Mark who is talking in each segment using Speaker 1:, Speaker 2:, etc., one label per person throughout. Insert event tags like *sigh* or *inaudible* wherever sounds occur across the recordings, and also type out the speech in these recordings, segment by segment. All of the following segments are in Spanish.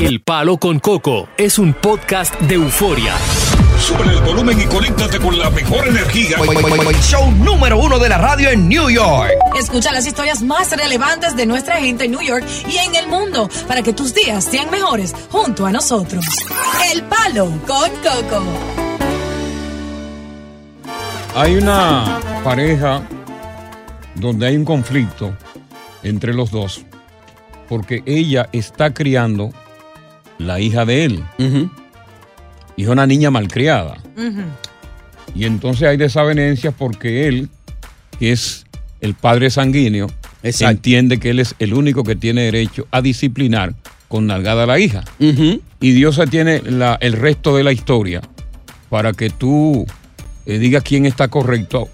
Speaker 1: El Palo con Coco es un podcast de euforia.
Speaker 2: Sube el volumen y conéctate con la mejor energía.
Speaker 3: Show número uno de la radio en New York.
Speaker 4: Escucha las historias más relevantes de nuestra gente en New York y en el mundo para que tus días sean mejores junto a nosotros. El Palo con Coco.
Speaker 5: Hay una pareja donde hay un conflicto entre los dos porque ella está criando la hija de él. Y es una niña malcriada. Y entonces hay desavenencias porque él, que es el padre sanguíneo,
Speaker 3: Exacto.
Speaker 5: entiende que él es el único que tiene derecho a disciplinar con nalgada a la hija. Y Dios tiene la- el resto de la historia para que tú eh, digas quién está correcto.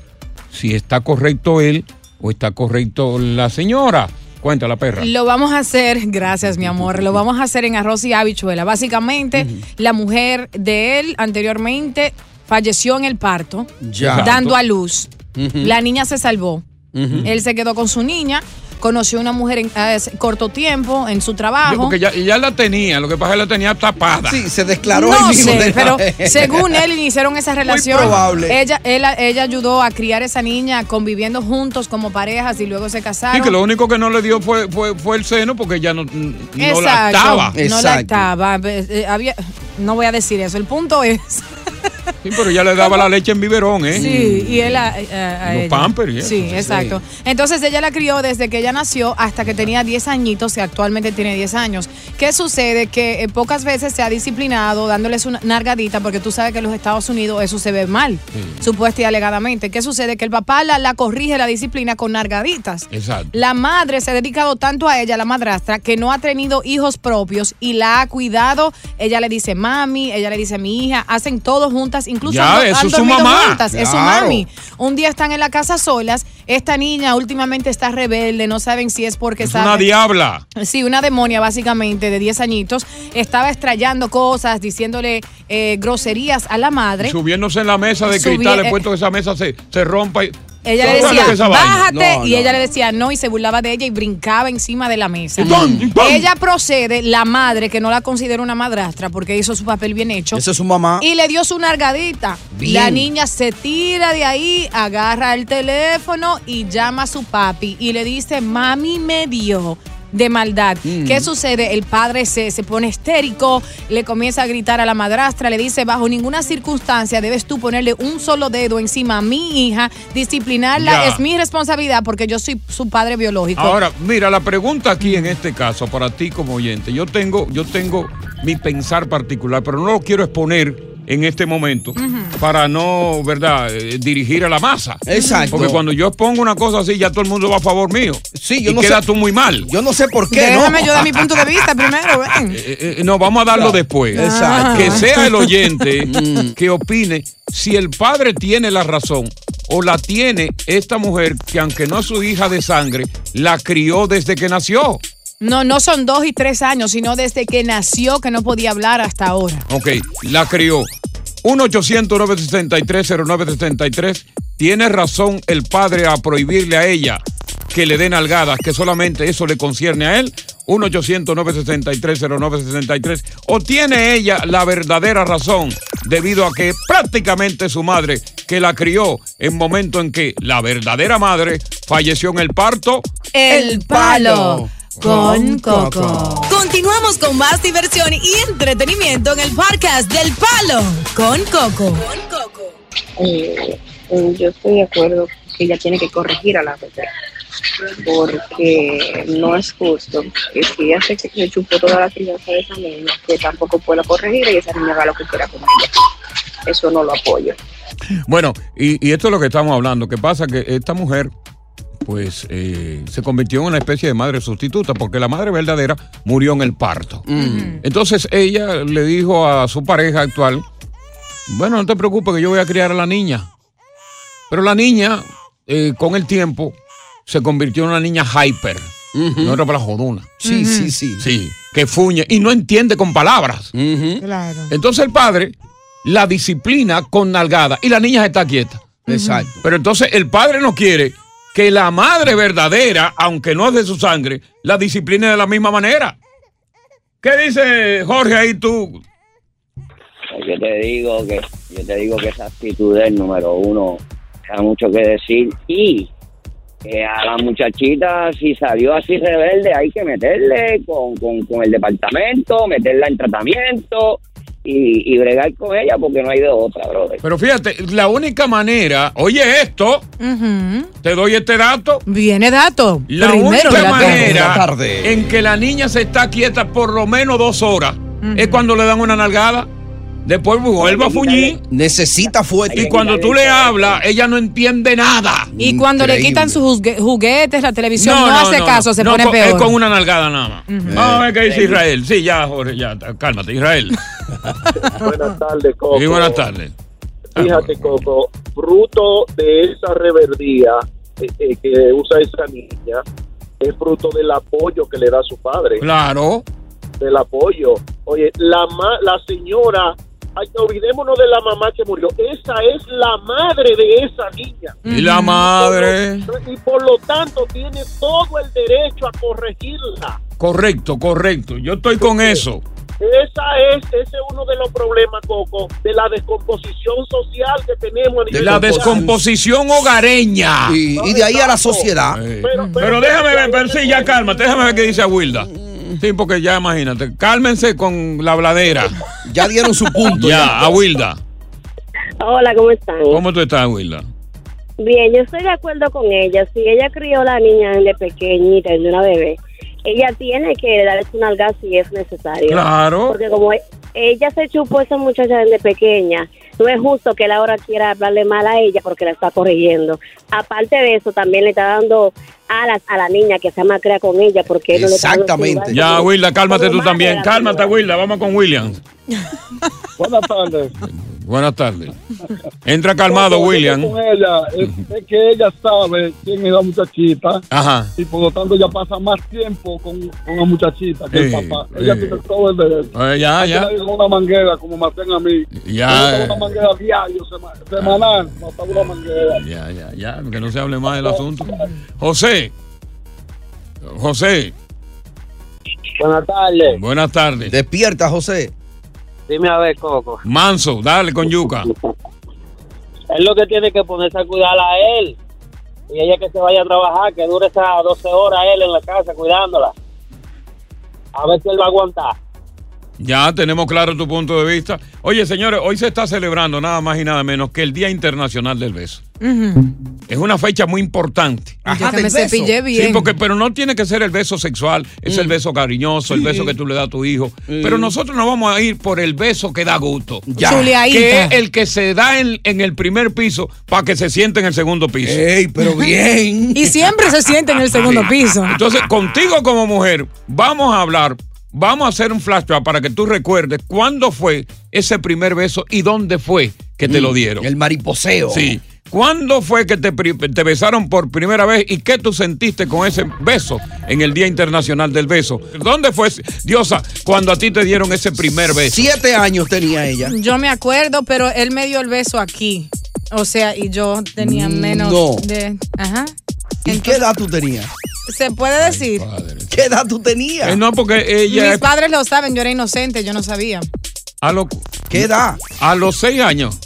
Speaker 5: Si está correcto él o está correcto la señora. Cuenta la perra.
Speaker 6: Lo vamos a hacer, gracias mi amor, lo vamos a hacer en arroz y habichuela. Básicamente, la mujer de él anteriormente falleció en el parto,
Speaker 3: Ya.
Speaker 6: dando a luz.
Speaker 3: Ujú.
Speaker 6: La niña se salvó. Él se quedó con su niña, conoció a una mujer en eh, corto tiempo en su trabajo.
Speaker 5: Porque ya, ya la tenía, lo que pasa es que la tenía tapada.
Speaker 3: Sí, se declaró
Speaker 6: No
Speaker 3: ahí mismo de
Speaker 6: sé,
Speaker 3: la *laughs*
Speaker 6: pero
Speaker 3: vez.
Speaker 6: según él iniciaron esa relación.
Speaker 3: probable.
Speaker 6: Ella, él- ella ayudó a criar esa niña conviviendo juntos como parejas y luego se casaron.
Speaker 5: Y que lo único que no le dio fue, fue, fue el seno porque ya no, no
Speaker 6: Exacto.
Speaker 5: lactaba.
Speaker 6: No
Speaker 3: Exacto.
Speaker 6: lactaba. Eh, había- no voy a decir eso. El punto es.
Speaker 5: Sí, pero ya le daba la leche en biberón, ¿eh?
Speaker 6: Sí, y él a, a- a
Speaker 5: Los
Speaker 6: ella.
Speaker 5: Pampers y eso,
Speaker 6: Sí,
Speaker 5: sí,
Speaker 6: exacto. Entonces ella la crió desde que ella nació hasta que tenía 10 añitos y actualmente tiene 10 años. ¿Qué sucede? Que eh, pocas veces se ha disciplinado dándoles una nargadita porque tú sabes que en los Estados Unidos eso se ve mal, supuesta y alegadamente. ¿Qué sucede? Que el papá la, la corrige, la disciplina con nargaditas.
Speaker 5: Exacto.
Speaker 6: La madre se ha dedicado tanto a ella, la madrastra, que no ha tenido hijos propios y la ha cuidado. Ella le dice mami, ella le dice mi hija, hacen todo juntas, incluso
Speaker 5: Ya,
Speaker 6: han-
Speaker 5: eso
Speaker 6: han
Speaker 5: es su
Speaker 6: dormido
Speaker 5: mamá.
Speaker 6: juntas, es su
Speaker 3: Claro.
Speaker 6: mami. Un día están en la casa solas, esta niña últimamente está rebelde, no saben si es porque
Speaker 5: Es
Speaker 6: está...
Speaker 5: una diabla.
Speaker 6: Sí, una demonia básicamente de 10 añitos estaba estrellando cosas, diciéndole eh, groserías a la madre.
Speaker 5: Subiéndose en la mesa de
Speaker 6: Subí-
Speaker 5: cristal,
Speaker 6: eh,
Speaker 5: puesto que esa mesa se, se rompa. y-
Speaker 6: Ella le
Speaker 5: ¿Sabes lo
Speaker 6: decía,
Speaker 5: que es esa vaina?
Speaker 6: bájate,
Speaker 3: No,
Speaker 6: y
Speaker 3: no.
Speaker 6: ella le decía no, y se burlaba de ella y brincaba encima de la mesa.
Speaker 5: Y ¡pam! y ¡pam!
Speaker 6: Ella procede, la madre, que no la considera una madrastra porque hizo su papel bien hecho,
Speaker 3: Esa es su mamá.
Speaker 6: y le dio su nargadita.
Speaker 3: Bien.
Speaker 6: La niña se tira de ahí, agarra el teléfono y llama a su papi y le dice, mami me dio. De maldad. ¿Qué sucede? El padre se, se pone histérico, le comienza a gritar a la madrastra, le dice, bajo ninguna circunstancia debes tú ponerle un solo dedo encima a mi hija, disciplinarla
Speaker 5: Ya.
Speaker 6: es mi responsabilidad porque yo soy su padre biológico.
Speaker 5: Ahora, mira, la pregunta aquí en este caso, para ti como oyente, yo tengo, yo tengo mi pensar particular, pero no lo quiero exponer en este momento para no, ¿verdad?, Eh, dirigir a la masa.
Speaker 3: Exacto.
Speaker 5: Porque cuando yo expongo una cosa así, ya todo el mundo va a favor mío.
Speaker 3: Sí, yo
Speaker 5: y
Speaker 3: no
Speaker 5: queda
Speaker 3: sé-
Speaker 5: tú muy mal.
Speaker 3: Yo no sé por qué,
Speaker 6: Déjame
Speaker 3: ¿no?
Speaker 6: yo dar mi punto de vista primero, ven.
Speaker 5: Eh, eh, no, vamos a darlo después.
Speaker 3: Exacto. Mm.
Speaker 5: Que sea
Speaker 3: *laughs*
Speaker 5: el oyente que opine si el padre tiene la razón o la tiene esta mujer que aunque no es su hija de sangre, la crió desde que nació.
Speaker 6: No, no son dos y tres años, sino desde que nació que no podía hablar hasta ahora.
Speaker 5: Ok, la crió. 1-800-963-0963. Tiene razón el padre a prohibirle a ella que le den algadas, que solamente eso le concierne a él. 1-800-963-0963. O tiene ella la verdadera razón debido a que prácticamente su madre, que la crió en momento en que la verdadera madre falleció en el parto.
Speaker 3: El Palo con Coco.
Speaker 4: Continuamos con más diversión y entretenimiento en el podcast del Palo con Coco.
Speaker 7: eh, eh, yo estoy de acuerdo que ella tiene que corregir a la mujer, porque no es justo que si ella se, se chupó toda la crianza de esa niña, que tampoco pueda corregir y esa niña haga lo que quiera con ella. Eso no lo apoyo.
Speaker 5: Bueno, y, y esto es lo que estamos hablando. Que pasa que esta mujer pues eh, se convirtió en una especie de madre sustituta porque la madre verdadera murió en el parto.
Speaker 8: Mm.
Speaker 5: Entonces ella le dijo a su pareja actual, bueno, no te preocupes que yo voy a criar a la niña. Pero la niña, eh, con el tiempo, se convirtió en una niña hyper, no era para la jodona.
Speaker 8: Sí, sí, sí.
Speaker 5: Sí, que fuñe y no entiende con palabras.
Speaker 8: Ujú.
Speaker 6: Claro.
Speaker 5: Entonces el padre la disciplina con nalgada y la niña se está quieta.
Speaker 8: Exacto.
Speaker 5: Pero entonces el padre no quiere que la madre verdadera, aunque no es de su sangre, la discipline de la misma manera. ¿Qué dice Jorge ahí tú?
Speaker 9: Pues Yo te digo que yo te digo que esa actitud del número uno da mucho que decir y que a la muchachita si salió así rebelde hay que meterle con, con- con el departamento, meterla en tratamiento y, y bregar con ella porque no hay de otra, brother.
Speaker 5: Pero fíjate, la única manera, oye esto,
Speaker 6: Ujú.
Speaker 5: te doy este dato,
Speaker 6: Viene dato.
Speaker 5: La
Speaker 6: Primero
Speaker 5: única
Speaker 6: dato.
Speaker 5: manera
Speaker 8: la tarde.
Speaker 5: en que la niña se está quieta por lo menos dos horas es cuando le dan una nalgada. Después vuelve a fuñir.
Speaker 8: Necesita fuerte.
Speaker 5: Y cuando tú le hablas, ella no entiende nada.
Speaker 6: Y cuando le
Speaker 8: Increíble.
Speaker 6: quitan sus juzgue- juguetes, la televisión no, hace caso, se
Speaker 5: no,
Speaker 6: pone
Speaker 5: con-
Speaker 6: peor.
Speaker 5: Es
Speaker 6: *laughs*
Speaker 5: con una nalgada nada más. Vamos a ver qué dice Israel. Sí, ya, Jorge, ya, cálmate, Israel.
Speaker 10: *laughs* Buenas tardes, Coco.
Speaker 5: Y buenas tardes.
Speaker 10: Fíjate, Coco, fruto de esa reverdía eh, eh, que usa esa niña es fruto del apoyo que le da su padre,
Speaker 5: Claro.
Speaker 10: del apoyo. Oye, la, ma- la señora, ay, olvidémonos de la mamá que murió, esa es la madre de esa niña.
Speaker 5: Y la madre.
Speaker 10: Y por lo tanto tiene todo el derecho a corregirla.
Speaker 5: Correcto, correcto. Yo estoy con eso.
Speaker 10: Esa es, ese es uno de los problemas, Coco, de la descomposición social que tenemos. a nivel
Speaker 5: La
Speaker 10: social.
Speaker 5: descomposición hogareña.
Speaker 8: Y, y de ahí a la sociedad.
Speaker 5: Eh. Pero déjame ver, pero sí, ya Mm. cálmate, déjame ver qué dice Wilda. Sí, porque ya imagínate, cálmense con la bladera.
Speaker 8: Ya dieron su punto.
Speaker 5: Ya, a Wilda.
Speaker 7: Hola, ¿cómo están?
Speaker 5: ¿Cómo tú estás, Wilda?
Speaker 7: Bien, yo estoy de acuerdo con ella. Si ella crió a la niña desde pequeñita, desde una bebé, ella tiene que darle un alga si es necesario.
Speaker 5: Claro.
Speaker 7: Porque como e- ella se chupó a esa muchacha desde pequeña, no es justo que él ahora quiera hablarle mal a ella porque la está corrigiendo. Aparte de eso, también le está dando alas a la niña que se macrea con ella porque él no le está dando su
Speaker 8: Exactamente.
Speaker 7: lugar
Speaker 5: Ya,
Speaker 7: como-
Speaker 5: Wilda, cálmate
Speaker 7: como
Speaker 5: tú
Speaker 7: madre
Speaker 5: también.
Speaker 7: de la
Speaker 5: Cálmate,
Speaker 7: señora.
Speaker 5: Wilda, vamos con Williams.
Speaker 10: Buenas tardes.
Speaker 5: Buenas tardes. Entra calmado,
Speaker 10: Coco, yo
Speaker 5: William.
Speaker 10: estoy Con ella, es, es que ella sabe quién es la muchachita
Speaker 5: Ajá.
Speaker 10: y por lo tanto ella pasa más tiempo con, con la muchachita que
Speaker 5: Eh,
Speaker 10: el papá. Ella
Speaker 5: eh.
Speaker 10: tiene todo el derecho.
Speaker 5: Eh, ya,
Speaker 10: Hay que
Speaker 5: ya.
Speaker 10: darle con una manguera como me hacen a mí.
Speaker 5: Ya,
Speaker 10: Yo tengo
Speaker 5: eh.
Speaker 10: Una manguera diario, sema- semanal, me hacen una manguera.
Speaker 5: Ya, ya, ya. Que no se hable más del asunto. José. José,
Speaker 10: Buenas tardes.
Speaker 5: buenas tardes.
Speaker 8: Despierta, José.
Speaker 10: Dime a ver, Coco.
Speaker 5: Manso, dale con yuca.
Speaker 10: Es lo que tiene que ponerse a cuidarla a él. Y ella que se vaya a trabajar, que dure esas 12 horas él en la casa cuidándola. A ver si él va a aguantar.
Speaker 5: Ya tenemos claro tu punto de vista. Oye, señores, hoy se está celebrando nada más y nada menos que el Día Internacional del Beso.
Speaker 6: Ujú.
Speaker 5: Es una fecha muy importante.
Speaker 8: Ajá,
Speaker 6: Yo que
Speaker 8: del
Speaker 6: me
Speaker 8: beso.
Speaker 6: cepillé bien.
Speaker 5: Sí, porque, pero no tiene que ser el beso sexual, es el beso cariñoso, el beso que tú le das a tu hijo. Pero nosotros nos vamos a ir por el beso que da gusto.
Speaker 8: Ya.
Speaker 6: Chuleadita.
Speaker 5: Que es el que se da en, en el primer piso para que se siente en el segundo piso.
Speaker 8: Ey, pero bien.
Speaker 6: Y siempre se siente en el segundo piso.
Speaker 5: Entonces, contigo como mujer, vamos a hablar, vamos a hacer un flashback para que tú recuerdes cuándo fue ese primer beso y dónde fue que te lo dieron.
Speaker 8: Mm. El mariposeo.
Speaker 5: Sí. ¿Cuándo fue que te, pri- te besaron por primera vez y qué tú sentiste con ese beso en el Día Internacional del Beso? ¿Dónde fue, Diosa, cuando a ti te dieron ese primer beso?
Speaker 8: Siete años tenía ella.
Speaker 6: Yo me acuerdo, pero él me dio el beso aquí. O sea, y yo tenía menos
Speaker 8: No.
Speaker 6: de. Ajá.
Speaker 8: ¿Y qué edad tú tenías?
Speaker 6: Se puede decir.
Speaker 8: ¿Qué edad tú tenías?
Speaker 5: Eh, no, porque ella...
Speaker 6: Mis padres lo saben, yo era inocente, yo no sabía.
Speaker 5: A, lo-
Speaker 8: ¿Qué edad?
Speaker 5: a los seis años,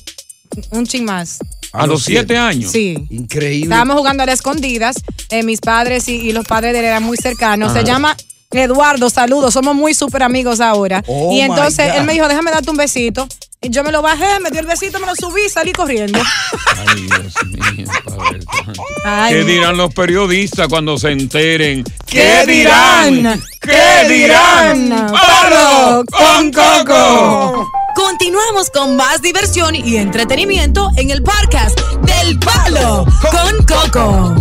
Speaker 6: Un ching más.
Speaker 5: a, los siete años.
Speaker 6: Sí.
Speaker 8: Increíble.
Speaker 6: Estábamos jugando a las escondidas. eh, mis padres y, y los padres de él eran muy cercanos. Se llama Eduardo, saludos. Somos muy súper amigos ahora.
Speaker 8: Oh,
Speaker 6: y
Speaker 8: my
Speaker 6: entonces
Speaker 8: God.
Speaker 6: él me dijo, déjame darte un besito. Y yo me lo bajé, me dio el besito, me lo subí y salí corriendo.
Speaker 5: *laughs* Ay, Dios mío, Padre Santo.
Speaker 6: Ay,
Speaker 5: ¿Qué
Speaker 6: no.
Speaker 5: dirán los periodistas cuando se enteren?
Speaker 6: ¿Qué dirán?
Speaker 5: ¿Qué dirán?
Speaker 6: Palo
Speaker 5: ¡Palo con coco!
Speaker 4: Continuamos con más diversión y entretenimiento en el podcast del Palo con Coco.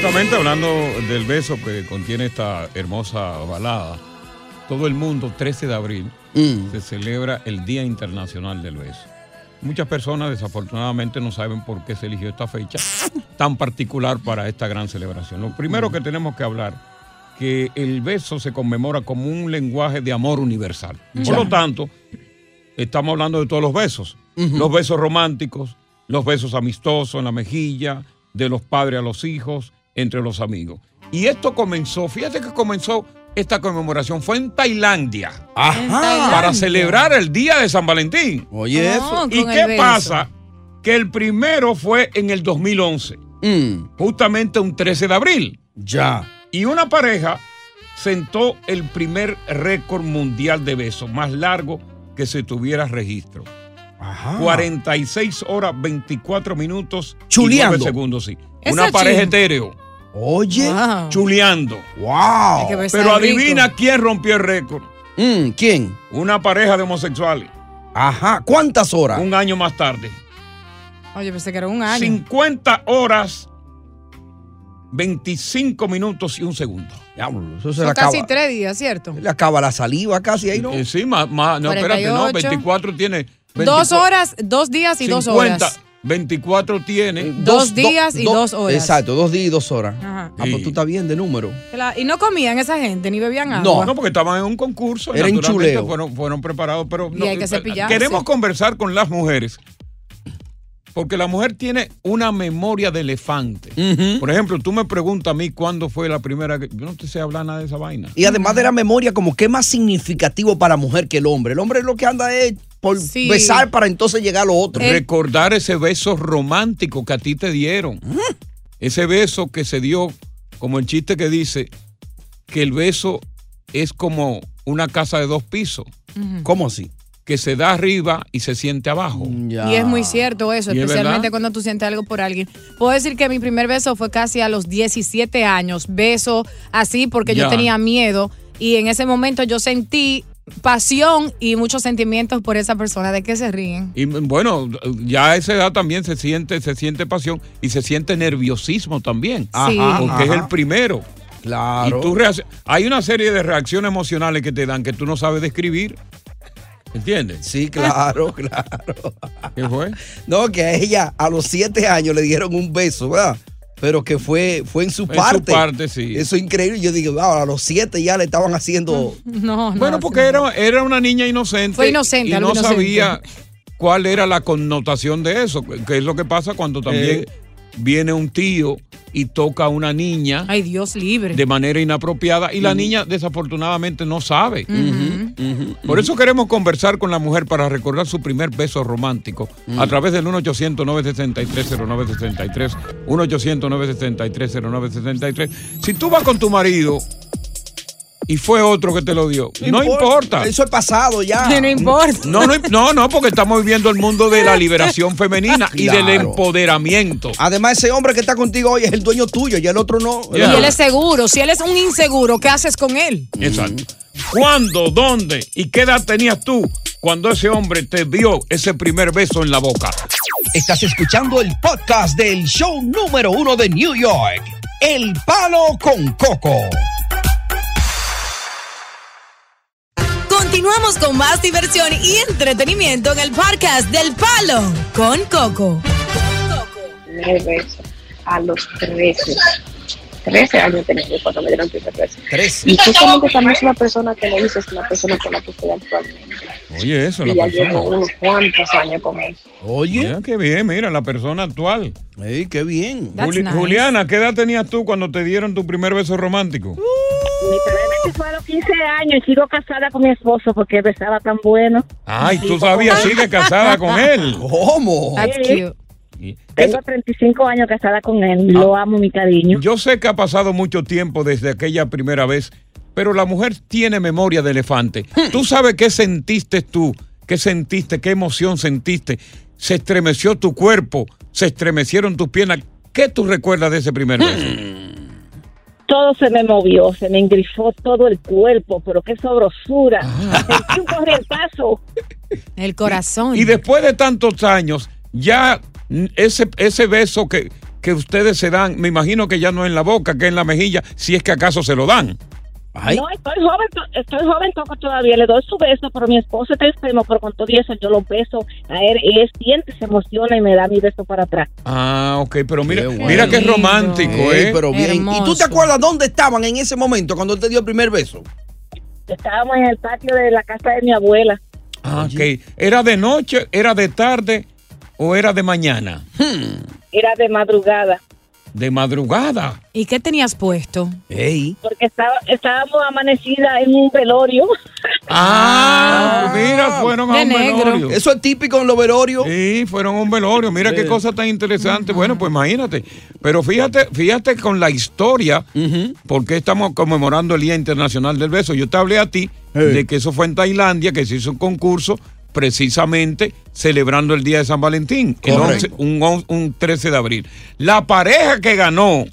Speaker 5: Precisamente hablando del beso que contiene esta hermosa balada, todo el mundo, 13 de abril, se celebra el Día Internacional del Beso. Muchas personas desafortunadamente no saben por qué se eligió esta fecha tan particular para esta gran celebración. Lo primero que tenemos que hablar, que el beso se conmemora como un lenguaje de amor universal.
Speaker 11: Ya.
Speaker 5: Por lo tanto, estamos hablando de todos los besos. Los besos románticos, los besos amistosos en la mejilla, de los padres a los hijos, entre los amigos. Y esto comenzó, fíjate que comenzó esta conmemoración, fue en Tailandia. Para
Speaker 11: Tailandia.
Speaker 5: celebrar el Día de San Valentín. Oye,
Speaker 11: Ah, eso. con
Speaker 5: ¿Y
Speaker 11: el
Speaker 5: qué
Speaker 11: beso.
Speaker 5: pasa? Que el primero fue en el 2011. Justamente un 13 de abril. Mm. Ya. Y una pareja sentó el primer récord mundial de besos, más largo que se tuviera registro. 46 horas, 24 minutos
Speaker 8: Chuleando.
Speaker 5: y 9 segundos, sí.
Speaker 8: Ese
Speaker 5: Una pareja
Speaker 8: chin.
Speaker 5: etéreo.
Speaker 8: Oye.
Speaker 5: Chuleando.
Speaker 8: Wow. Hay que besar
Speaker 5: Pero
Speaker 8: rico.
Speaker 5: adivina quién rompió el récord.
Speaker 8: Mm, ¿Quién?
Speaker 5: Una pareja de homosexuales.
Speaker 8: Ajá. ¿Cuántas horas?
Speaker 5: Un año más tarde.
Speaker 6: Oye, pensé que era un año.
Speaker 5: 50 horas, 25 minutos y un segundo.
Speaker 8: eso
Speaker 6: Son casi tres días, ¿cierto?
Speaker 8: Le acaba la saliva casi ahí, ¿no?
Speaker 5: sí, más, más- no, espérate, no,
Speaker 6: 48.
Speaker 5: 24 tiene.
Speaker 6: Dos
Speaker 5: 24.
Speaker 6: horas, dos días y dos horas.
Speaker 5: 24 tiene.
Speaker 6: Dos días y dos horas.
Speaker 8: Exacto, dos días y dos horas.
Speaker 6: Ajá.
Speaker 8: Ah, pues tú estás bien de número.
Speaker 6: La- Y no comían esa gente, ni bebían
Speaker 5: No,
Speaker 6: agua.
Speaker 5: no, porque estaban en un concurso.
Speaker 8: Era en
Speaker 5: naturalmente
Speaker 8: chuleo.
Speaker 5: Fueron, fueron preparados, pero
Speaker 6: Y
Speaker 5: no- eh,
Speaker 6: hay que cepillarse.
Speaker 5: queremos conversar con las mujeres. Porque la mujer tiene una memoria de elefante. Por ejemplo, tú me preguntas a mí cuándo fue la primera que. Yo no te sé hablar nada de esa vaina.
Speaker 8: Y además de la memoria, como que más significativo para mujer que el hombre. El hombre lo que anda es por besar para entonces llegar a lo otro.
Speaker 5: Recordar ese beso romántico que a ti te dieron. Ese beso que se dio, como el chiste que dice, que el beso es como una casa de dos pisos.
Speaker 6: Ujú.
Speaker 8: ¿Cómo así? Mm,
Speaker 5: Que se da arriba y se siente abajo.
Speaker 6: Y es muy cierto eso,
Speaker 5: Ah. Y es
Speaker 6: especialmente
Speaker 5: verdad.
Speaker 6: cuando tú sientes algo por alguien. Puedo decir que mi primer beso fue casi a los 17 años. Beso así porque yo
Speaker 12: Ya.
Speaker 6: tenía miedo y en ese momento yo sentí pasión y muchos sentimientos por esa persona. ¿De qué se ríen? *laughs*
Speaker 5: Y bueno, ya a esa edad también se siente, se siente pasión y se siente nerviosismo también.
Speaker 6: Ajá,
Speaker 5: porque es
Speaker 6: ajá.
Speaker 5: el primero.
Speaker 8: Claro.
Speaker 5: Y tú reac- hay una serie de reacciones emocionales que te dan que tú no sabes describir. ¿Entiendes?
Speaker 8: Sí, claro, *laughs* claro.
Speaker 5: ¿Qué fue?
Speaker 8: No, que a ella a los siete años le dieron un beso, ¿verdad? Pero que fue, fue en su
Speaker 5: En su
Speaker 8: parte.
Speaker 5: parte, sí.
Speaker 8: Eso es increíble. Yo digo, wow, a los siete ya le estaban haciendo.
Speaker 6: No, no.
Speaker 5: Bueno, porque era, era una niña inocente.
Speaker 6: Fue inocente,
Speaker 5: Y no
Speaker 6: algo inocente.
Speaker 5: sabía cuál era la connotación de eso, que que es lo que pasa cuando también
Speaker 8: Eh.
Speaker 5: viene un tío y toca a una niña
Speaker 6: Ay, Dios libre.
Speaker 5: de manera inapropiada y la niña desafortunadamente no sabe. Por eso queremos conversar con la mujer para recordar su primer beso romántico a través del 1 800 963 1 800 0963 Si tú vas con tu marido y fue otro que te lo dio, no, importa.
Speaker 8: Eso es pasado ya.
Speaker 6: no importa.
Speaker 5: No, no, no, no, porque estamos viviendo el mundo
Speaker 6: *laughs*
Speaker 5: de la liberación femenina y del
Speaker 8: Claro.
Speaker 5: empoderamiento.
Speaker 8: Además, ese hombre que está contigo hoy es el dueño tuyo y el otro no.
Speaker 5: Ya.
Speaker 6: Y él es seguro. Si él es un inseguro, ¿qué haces con él?
Speaker 5: Exacto. ¿Cuándo, dónde y qué edad tenías tú cuando ese hombre te dio ese primer beso en la boca?
Speaker 3: Estás escuchando el podcast del show número uno de New York, El Palo con Coco.
Speaker 4: Continuamos con más diversión y entretenimiento en el podcast del Palo con Coco.
Speaker 13: primer beso a los 13. 13 años tenía yo cuando me dieron mi primer beso. Y justamente también es una persona que me dice, es una persona con la que estoy actualmente.
Speaker 5: Oye, eso,
Speaker 13: Y ya llevo unos cuantos años con él.
Speaker 5: Oye. qué bien, mira, la persona actual.
Speaker 8: Ey, qué bien.
Speaker 13: That's nice.
Speaker 5: Juliana, ¿qué edad tenías tú cuando te dieron tu primer beso
Speaker 13: Uh.
Speaker 5: romántico?
Speaker 14: Mi primer beso fue a los 15 años y sigo casada con mi esposo porque besaba tan bueno.
Speaker 5: Ay, tú sabías, sigue casada con él.
Speaker 8: ¿Cómo?
Speaker 14: Sí. Tengo 35 años casada con él. Lo amo, mi cariño.
Speaker 5: Yo sé que ha pasado mucho tiempo desde aquella primera vez, pero la mujer tiene memoria de elefante.
Speaker 13: Hmm.
Speaker 5: ¿Tú sabes qué sentiste tú? ¿Qué sentiste? ¿Qué emoción sentiste? ¿Se estremeció tu cuerpo? ¿Se estremecieron tus piernas? ¿Qué tú recuerdas de ese primer beso?
Speaker 14: Todo se me movió, se me engrifó todo el cuerpo, pero qué sabrosura.
Speaker 5: Ah.
Speaker 14: Sentí un corrientazo.
Speaker 6: El corazón.
Speaker 5: Y después de tantos años, ya mm, ese, ese beso que, que ustedes se dan, me imagino que ya no en la boca, que en la mejilla, si es que acaso se lo dan. Ay.
Speaker 14: No, estoy joven, to- estoy joven Coco todavía, le doy su beso, pero mi esposo está enfermo, pero con todo y eso yo lo beso a él, él siente, se emociona y me da mi beso para atrás.
Speaker 5: Ah, ok, pero mira, mira que es romántico,
Speaker 8: Ey,
Speaker 5: ¿eh?
Speaker 8: pero bien. ¿Y tú te acuerdas dónde estaban en ese momento cuando él te dio el primer beso?
Speaker 14: Estábamos en el patio de la casa de mi abuela.
Speaker 5: Ah, ok. ¿Era de noche, era de tarde o era de mañana?
Speaker 14: Era de madrugada,
Speaker 5: De madrugada.
Speaker 6: ¿Y qué tenías puesto?
Speaker 8: Ey.
Speaker 14: porque estaba, estábamos amanecida en un velorio.
Speaker 5: Ah, mira, fueron a
Speaker 14: de
Speaker 5: un
Speaker 14: negro.
Speaker 5: velorio.
Speaker 8: Eso es típico en los velorios.
Speaker 5: Sí, fueron a un velorio. Mira qué cosa tan interesante. Bueno, pues imagínate. Pero fíjate, fíjate con la historia, porque estamos conmemorando el Día Internacional del Beso. Yo te hablé a ti de que eso fue en Tailandia, que se hizo un concurso precisamente celebrando el Día de San Valentín, el
Speaker 8: Correcto.
Speaker 5: 11 un, on- un 13 de abril. La pareja que ganó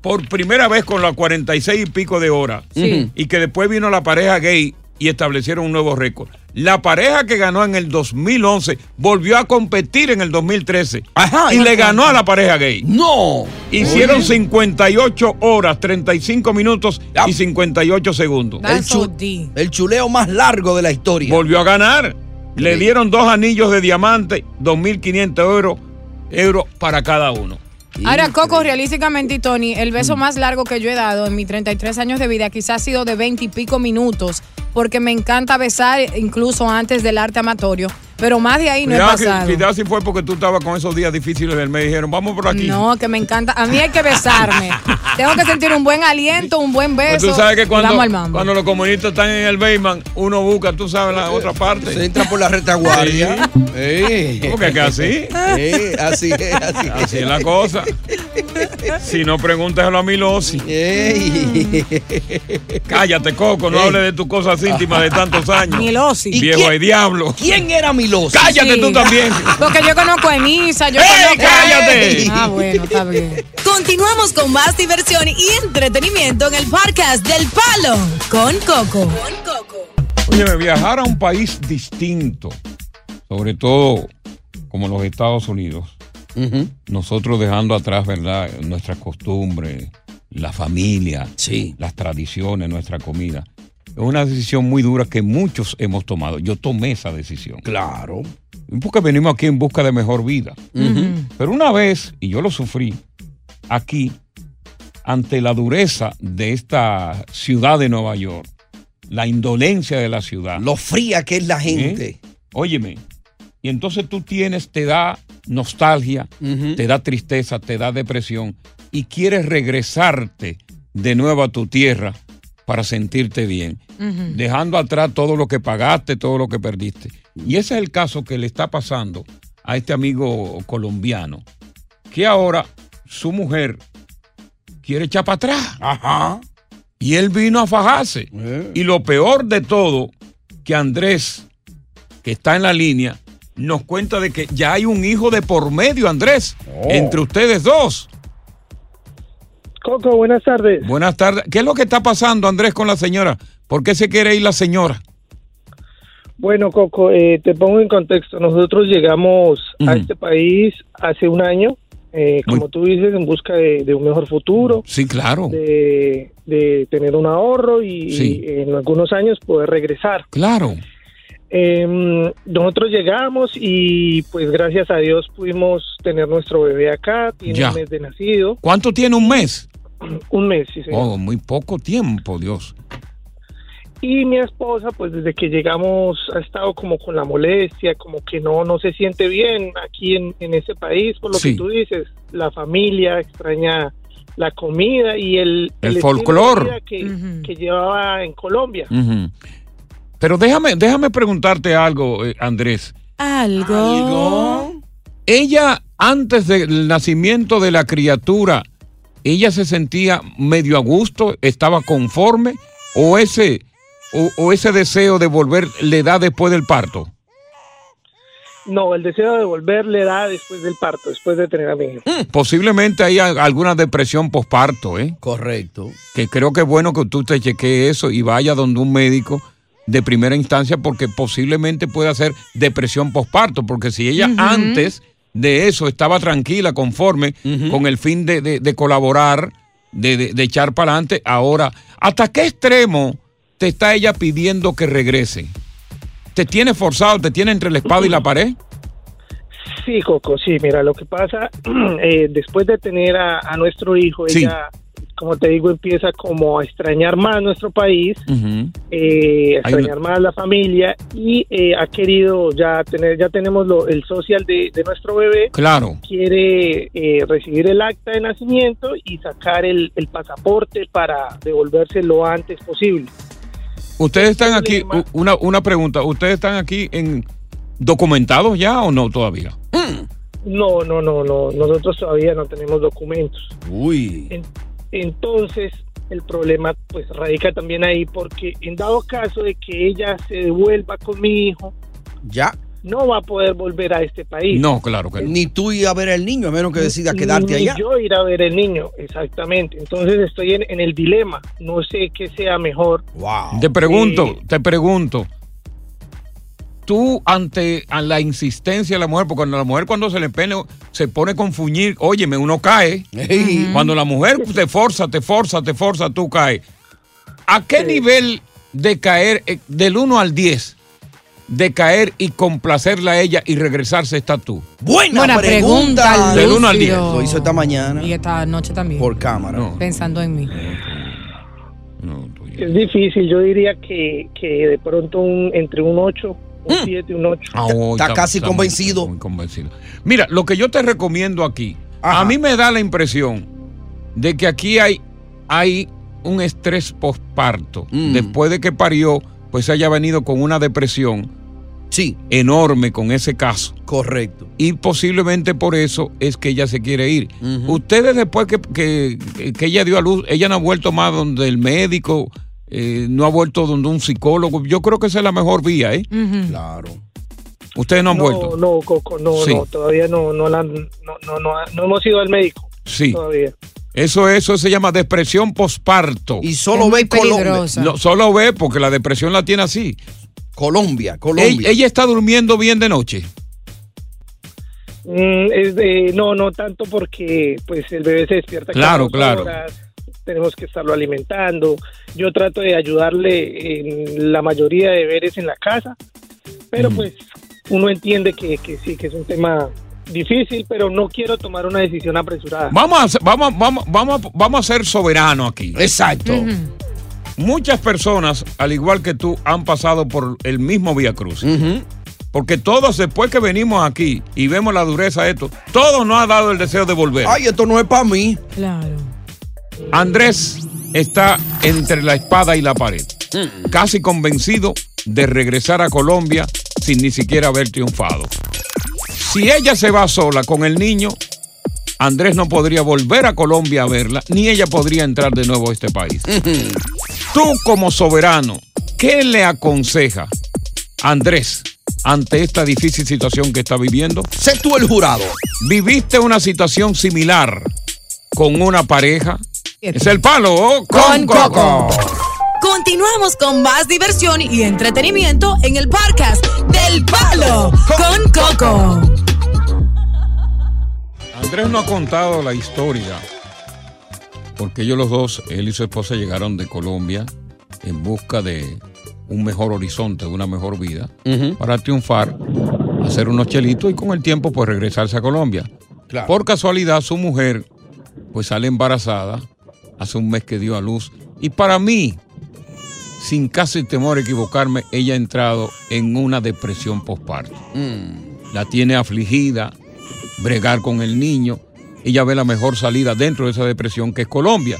Speaker 5: por primera vez con las 46 y pico de horas,
Speaker 8: Sí.
Speaker 5: y que después vino la pareja gay y establecieron un nuevo récord. La pareja que ganó en el 2011 volvió a competir en el 2013 y le ganó a la pareja gay.
Speaker 8: ¡No!
Speaker 5: Hicieron
Speaker 8: Oye.
Speaker 5: 58 horas, 35 minutos y 58 segundos.
Speaker 8: El, chu- el chuleo más largo de la historia.
Speaker 5: Volvió a ganar. Le dieron dos anillos de diamante, 2.500 euros, euros para cada uno.
Speaker 6: Ahora, Coco, realísticamente, y Tony, el
Speaker 5: Mm.
Speaker 6: beso más largo que yo he dado en mis 33 años de vida quizás ha sido de 20 y pico minutos, porque me encanta besar incluso antes del arte amatorio, pero más de ahí no he
Speaker 5: Cuidado que-
Speaker 6: pasado.
Speaker 5: Quizás si fue porque tú estabas con esos días difíciles del mes. Dijeron, vamos por aquí.
Speaker 6: No, que me encanta. A mí hay que
Speaker 5: *laughs*
Speaker 6: besarme. Tengo que sentir un buen aliento, un buen
Speaker 5: Pues
Speaker 6: beso.
Speaker 5: tú sabes que
Speaker 6: y
Speaker 5: cuando,
Speaker 6: vamos al mambo.
Speaker 5: cuando los comunistas están en el Bayman, uno busca, tú sabes, la otra parte. Se
Speaker 8: Eh, entra por la retaguardia.
Speaker 5: Porque que así.
Speaker 8: Sí, así es, así es.
Speaker 5: Así es la cosa. Si no, pregúntaselo a Milosi. Cállate, Coco, no hables de tus cosas íntimas de tantos años.
Speaker 6: Milosi. ¿Y
Speaker 5: Viejo
Speaker 6: quién-
Speaker 5: hay diablo.
Speaker 8: ¿Quién era Milosi?
Speaker 5: Cállate tú también.
Speaker 6: Porque yo conozco a Enisa, yo conozco
Speaker 5: cállate!
Speaker 6: Ah, bueno, está bien.
Speaker 4: Continuamos con más diversión y entretenimiento en el podcast del Palo con Coco.
Speaker 5: Oye, viajar a un país distinto, sobre todo como los Estados Unidos, nosotros dejando atrás, ¿verdad? Nuestras costumbres, la familia, las tradiciones, nuestra comida. Es una decisión muy dura que muchos hemos tomado. Yo tomé esa decisión.
Speaker 8: Claro.
Speaker 5: Porque venimos aquí en busca de mejor vida. Pero una vez, y yo lo sufrí, aquí, ante la dureza de esta ciudad de Nueva York, la indolencia de la ciudad. ¿Eh?
Speaker 8: Lo fría que es la gente.
Speaker 5: Óyeme, y entonces tú tienes, te da nostalgia, te da tristeza, te da depresión, y quieres regresarte de nuevo a tu tierra para sentirte bien dejando atrás todo lo que pagaste, todo lo que perdiste. Y ese es el caso que le está pasando a este amigo colombiano, que ahora su mujer quiere echar para atrás. Ajá. Y él vino a fajarse. Y lo peor de todo, que Andrés, que está en la línea, nos cuenta de que ya hay un hijo de por medio, Andrés, entre ustedes dos.
Speaker 11: Coco, buenas tardes.
Speaker 5: Buenas tardes. ¿Qué es lo que está pasando, Andrés, con la señora? ¿Por qué se quiere ir la señora?
Speaker 11: Bueno, Coco, eh, te pongo en contexto. Nosotros llegamos a este país hace un año, eh, como tú dices, en busca de, de un mejor futuro.
Speaker 5: Sí, claro.
Speaker 11: De, de tener un ahorro y,
Speaker 5: Sí.
Speaker 11: y en algunos años poder regresar.
Speaker 5: Claro.
Speaker 11: Em, nosotros llegamos y pues gracias a Dios pudimos tener nuestro bebé acá, tiene
Speaker 5: Ya.
Speaker 11: un mes de nacido. *clears throat*
Speaker 5: ¿Cuánto tiene un mes?
Speaker 11: Un mes, sí, señor.
Speaker 5: Oh, muy poco tiempo, Dios.
Speaker 11: Y mi esposa, pues desde que llegamos, ha estado como con la molestia, como que no, no se siente bien aquí en, en ese país, por lo
Speaker 5: Sí.
Speaker 11: que tú dices, la familia extraña la comida y el, estilo
Speaker 5: El
Speaker 11: de
Speaker 5: folclor.
Speaker 11: vida que, que llevaba en Colombia.
Speaker 5: Ujú. Pero déjame, déjame preguntarte algo, eh, Andrés.
Speaker 4: Ah.
Speaker 6: Algo.
Speaker 5: Ella, antes del nacimiento de la criatura, ¿ella se sentía medio a gusto? ¿Estaba conforme? ¿O ese, o, o ese deseo de volver le da después del parto?
Speaker 11: No, el deseo de volver le da después del parto, después de tener a mi hijo.
Speaker 5: Mm. Posiblemente hay a- alguna depresión posparto, ¿eh?
Speaker 8: Correcto.
Speaker 5: Que creo que es bueno que tú te chequees eso y vaya donde un médico de primera instancia porque posiblemente pueda ser depresión posparto, porque si ella
Speaker 8: Ujú.
Speaker 5: antes de eso, estaba tranquila, conforme, con el fin de, de- de colaborar, de, de- de echar para adelante. Ahora, ¿hasta qué extremo te está ella pidiendo que regrese? ¿Te tiene forzado, te tiene entre la espada y la pared?
Speaker 11: Sí, Coco, sí, mira, lo que pasa, *clears throat* eh, después de tener a, a nuestro hijo,
Speaker 5: Sí.
Speaker 11: ella, como te digo, empieza como a extrañar más nuestro país, eh, a
Speaker 5: Hay una-
Speaker 11: extrañar más la familia y eh, ha querido ya tener, ya tenemos lo- el social de, de nuestro bebé.
Speaker 5: Claro.
Speaker 11: Quiere eh, recibir el acta de nacimiento y sacar el, el pasaporte para devolverse lo antes posible.
Speaker 5: Ustedes están aquí, u- una, una pregunta, ¿ustedes están aquí en documentados ya o no todavía?
Speaker 11: No, no, no, no. Nosotros todavía no tenemos documentos.
Speaker 8: Uy.
Speaker 11: En- entonces, el problema pues radica también ahí porque en dado caso de que ella se devuelva con mi hijo,
Speaker 8: ya
Speaker 11: no va a poder volver a este país.
Speaker 8: Ni tú ir a ver al niño, a menos que decidas quedarte
Speaker 11: Ni
Speaker 8: allá.
Speaker 11: yo ir a ver el niño, exactamente. Entonces estoy en, en el dilema. No sé qué sea mejor.
Speaker 6: Ah,
Speaker 11: Eh,
Speaker 8: Wow.
Speaker 5: Te pregunto, te pregunto. Tú ante a la insistencia de la mujer, porque cuando la mujer cuando se le pene, se pone con fuñir, óyeme, uno cae. Cuando la mujer te forza, te forza, te forza, tú caes. ¿A qué nivel de caer, eh, del 1 al 10, de caer y complacerla a ella y regresarse estás tú?
Speaker 8: Buena,
Speaker 6: Buena pregunta, pregunta,
Speaker 5: Del 1 al 10.
Speaker 6: Lucio. Lo hizo
Speaker 8: esta mañana.
Speaker 6: Y esta noche también.
Speaker 8: Por cámara.
Speaker 6: Pensando en mí.
Speaker 11: Es difícil. Yo diría que, que de pronto un, entre un 8, un
Speaker 8: Mm.
Speaker 11: 7, un 8.
Speaker 5: Ah, oh, muy- muy convencido. Mira, lo que yo te recomiendo aquí, a mí me da la impresión de que aquí hay, hay un estrés postparto. Después de que parió, pues haya venido con una depresión
Speaker 8: sí.
Speaker 5: enorme con ese caso.
Speaker 8: Correcto.
Speaker 5: Y posiblemente por eso es que ella se quiere ir. Ustedes después que, que- que ella dio a luz, ella no ha vuelto más donde el médico, eh, no ha vuelto donde un psicólogo. Yo creo que esa es la mejor vía, ¿eh?
Speaker 8: Claro.
Speaker 5: Ustedes no han vuelto.
Speaker 11: No, Coco, no,
Speaker 5: Sí.
Speaker 11: no, todavía no, no, la- no, no, no, no hemos ido al médico.
Speaker 5: Sí.
Speaker 11: Todavía.
Speaker 5: Eso, eso se llama depresión posparto. Y
Speaker 11: solo Es muy ve Colombia. peligrosa.
Speaker 5: solo ve porque la depresión la tiene así.
Speaker 8: Colombia, Colombia.
Speaker 5: Ella, ella está durmiendo bien de noche.
Speaker 11: Mm, es de, no, no tanto porque pues el bebé se despierta. cada
Speaker 5: Claro,
Speaker 11: dos
Speaker 5: claro.
Speaker 11: horas, tenemos que estarlo alimentando. Yo trato de ayudarle en la mayoría de deberes en la casa,
Speaker 5: Mm.
Speaker 11: pero pues uno entiende que, que sí, que es un tema difícil, pero no quiero tomar una decisión apresurada.
Speaker 5: Vamos a, ser- vamos, vamos, vamos, a- vamos a ser soberanos aquí.
Speaker 8: Exacto.
Speaker 5: Muchas personas, al igual que tú, han pasado por el mismo Vía Cruz. Porque todos, después que venimos aquí y vemos la dureza de esto, todos nos ha dado el deseo de volver.
Speaker 8: Ay, esto no es para mí.
Speaker 6: Ah, Claro.
Speaker 5: Andrés está entre la espada y la pared, casi convencido de regresar a Colombia sin ni siquiera haber triunfado. Si ella se va sola con el niño, Andrés no podría volver a Colombia a verla, ni ella podría entrar de nuevo a este país. Tú como soberano, ¿qué le aconseja a Andrés ante esta difícil situación que está viviendo?
Speaker 8: Sé tú el jurado.
Speaker 5: ¿Viviste una situación similar con una pareja? Es el palo con, coco.
Speaker 4: Continuamos con más diversión y entretenimiento en el podcast del Palo con Coco.
Speaker 5: Andrés no ha contado la historia. Porque ellos los dos, él y su esposa, llegaron de Colombia en busca de un mejor horizonte, de una mejor vida, para triunfar, hacer unos chelitos y con el tiempo pues regresarse a Colombia. Por casualidad su mujer pues sale embarazada, hace un mes que dio a luz y para mí, sin casi temor a equivocarme, ella ha entrado en una depresión postparto
Speaker 8: Mm.
Speaker 5: la tiene afligida, bregar con el niño. Ella ve la mejor salida dentro de esa depresión que es Colombia.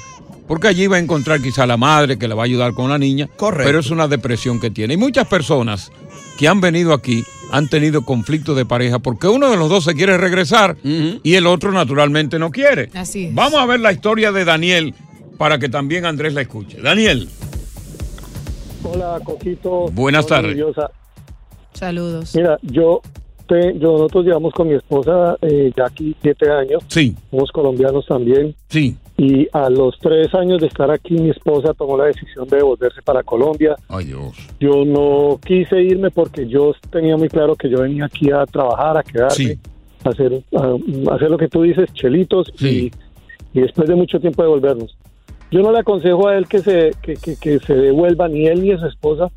Speaker 5: Porque allí va a encontrar quizá la madre que la va a ayudar con la niña.
Speaker 8: Correcto.
Speaker 5: Pero es una depresión que tiene. Y muchas personas que han venido aquí han tenido conflictos de pareja porque uno de los dos se quiere regresar y el otro naturalmente no quiere.
Speaker 6: Así es.
Speaker 5: Vamos a ver la historia de Daniel para que también Andrés la escuche. Daniel,
Speaker 11: Hola, Coquito.
Speaker 5: Buenas
Speaker 11: Hola,
Speaker 5: tardes.
Speaker 11: Diosa.
Speaker 6: Saludos.
Speaker 11: Mira, yo, te- yo nosotros llevamos con mi esposa eh, ya aquí siete años.
Speaker 5: Sí.
Speaker 11: Somos colombianos también.
Speaker 5: Sí.
Speaker 11: Y a los tres años de estar aquí, mi esposa tomó la decisión de volverse para Colombia.
Speaker 5: Ay, Dios.
Speaker 11: Yo no quise irme porque yo tenía muy claro que yo venía aquí a trabajar, a quedarme.
Speaker 3: hacer, a- hacer lo que tú dices, chelitos, y, y después de mucho tiempo devolvernos. Yo no le aconsejo a él que se, que, que- que se devuelva, ni él ni su esposa,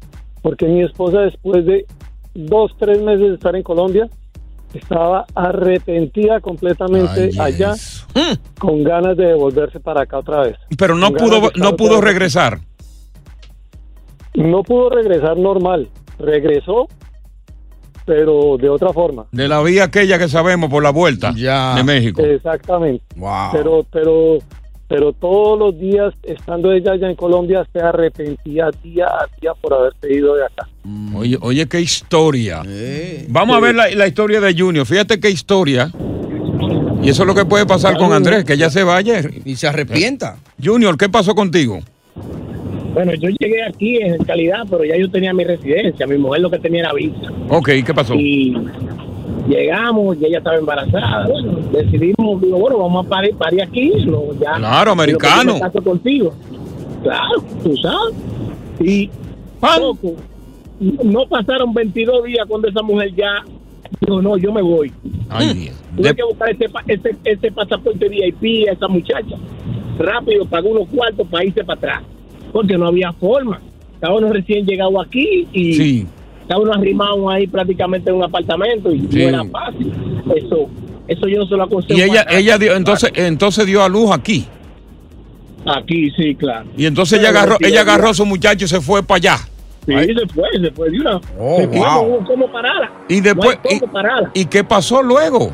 Speaker 3: porque mi esposa después de dos, tres meses de estar en Colombia, estaba arrepentida completamente allá, con ganas de devolverse para acá otra vez.
Speaker 5: Pero no
Speaker 3: Con ganas de
Speaker 5: pudo,
Speaker 3: estar
Speaker 5: no
Speaker 3: otra
Speaker 5: pudo
Speaker 3: vez.
Speaker 5: regresar.
Speaker 3: No pudo regresar normal, regresó, pero de otra forma.
Speaker 5: De la vía aquella que sabemos por la vuelta de México.
Speaker 3: Exactamente. Pero, pero, pero todos los días, estando ella allá en Colombia, se arrepentía día a día por haber pedido de acá.
Speaker 5: Oye, oye, qué historia. Vamos a ver la, la historia de Junior. Fíjate qué historia. Y eso es lo que puede pasar con Andrés, que ya se vaya. Y se arrepienta. Junior, ¿qué pasó contigo?
Speaker 10: Bueno, yo llegué aquí en calidad, pero ya yo tenía mi residencia. Mi mujer lo que tenía era visa.
Speaker 5: Ok, ¿qué pasó?
Speaker 10: Y llegamos y ella estaba embarazada. Bueno, decidimos, digo, bueno, vamos a parir, parir aquí. lo- ya.
Speaker 5: Claro,
Speaker 10: Digo,
Speaker 5: americano.
Speaker 10: pues, yo me caso contigo. Claro, tú sabes. Y poco, no pasaron 22 días cuando esa mujer ya dijo, no, yo me voy.
Speaker 5: Ay, Dios.
Speaker 10: Tuve que buscar ese, pa- ese- ese pasaporte VIP a esa muchacha. Rápido, pagó unos cuartos para irse para atrás. Porque no había forma. Estábamos recién llegado aquí y
Speaker 5: Sí.
Speaker 10: estábamos arrimados ahí prácticamente en un apartamento y
Speaker 5: Sí.
Speaker 10: no era fácil. Eso, eso yo no se lo aconsejo.
Speaker 5: Y ella,
Speaker 10: a nadie.
Speaker 5: ella dio, entonces, entonces dio a luz aquí.
Speaker 10: Aquí, sí, claro.
Speaker 5: Y entonces ella
Speaker 10: Pero
Speaker 5: agarró,
Speaker 10: sí,
Speaker 5: ella
Speaker 10: ella-
Speaker 5: agarró a su muchacho y se fue para allá.
Speaker 10: Sí,
Speaker 5: Ay.
Speaker 10: se fue, se fue de una.
Speaker 5: Oh,
Speaker 10: se fue,
Speaker 5: wow.
Speaker 10: no hubo cómo pararla.
Speaker 5: Y después.
Speaker 10: No hay cómo
Speaker 5: y-
Speaker 10: pararla.
Speaker 5: y, qué pasó luego?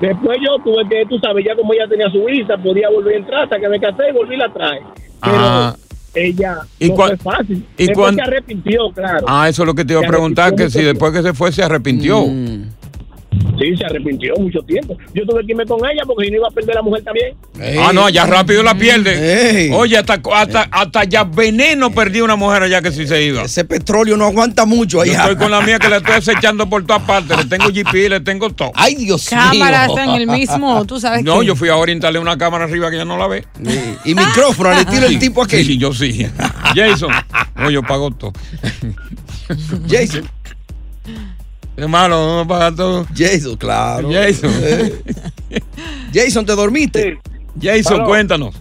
Speaker 10: Después yo tuve que, tú sabes, ya como ella tenía su visa, podía volver a entrar hasta que me casé y volví y la traje.
Speaker 5: Ah,
Speaker 10: Ella
Speaker 5: ¿Y
Speaker 10: no
Speaker 5: cuán-
Speaker 10: fue fácil.
Speaker 5: y
Speaker 10: Después
Speaker 5: cuán-
Speaker 10: se arrepintió, claro.
Speaker 5: ah, eso es lo que te iba a
Speaker 10: Se
Speaker 5: preguntar, que
Speaker 10: arrepintió
Speaker 5: si
Speaker 10: mucho
Speaker 5: después que se fue se arrepintió.
Speaker 10: tiempo. Sí, se arrepintió mucho tiempo. Yo tuve que irme con ella porque si no iba a perder a la mujer también.
Speaker 5: Ah, no, allá rápido la pierde. Oye, hasta, hasta, hasta allá veneno perdió una mujer allá que si se iba. Ese petróleo no aguanta mucho allá. Yo estoy con la mía que la *laughs* estoy acechando por todas partes. Le tengo GP, le tengo todo. Ay, Dios
Speaker 6: Cámara está en el
Speaker 5: *laughs*
Speaker 6: mismo, tú sabes
Speaker 5: No,
Speaker 6: que-
Speaker 5: yo fui a orientarle una cámara arriba que ya no la ve. Y micrófono, le tiro el tipo aquí. Sí, yo *laughs* sí. Jason. No, yo pago todo. Jason. Hermano, no me pagas todo. Jason, claro. Jason.
Speaker 8: Eh.
Speaker 15: Jason, ¿te dormiste?
Speaker 5: Jason,
Speaker 3: Aló.
Speaker 5: cuéntanos.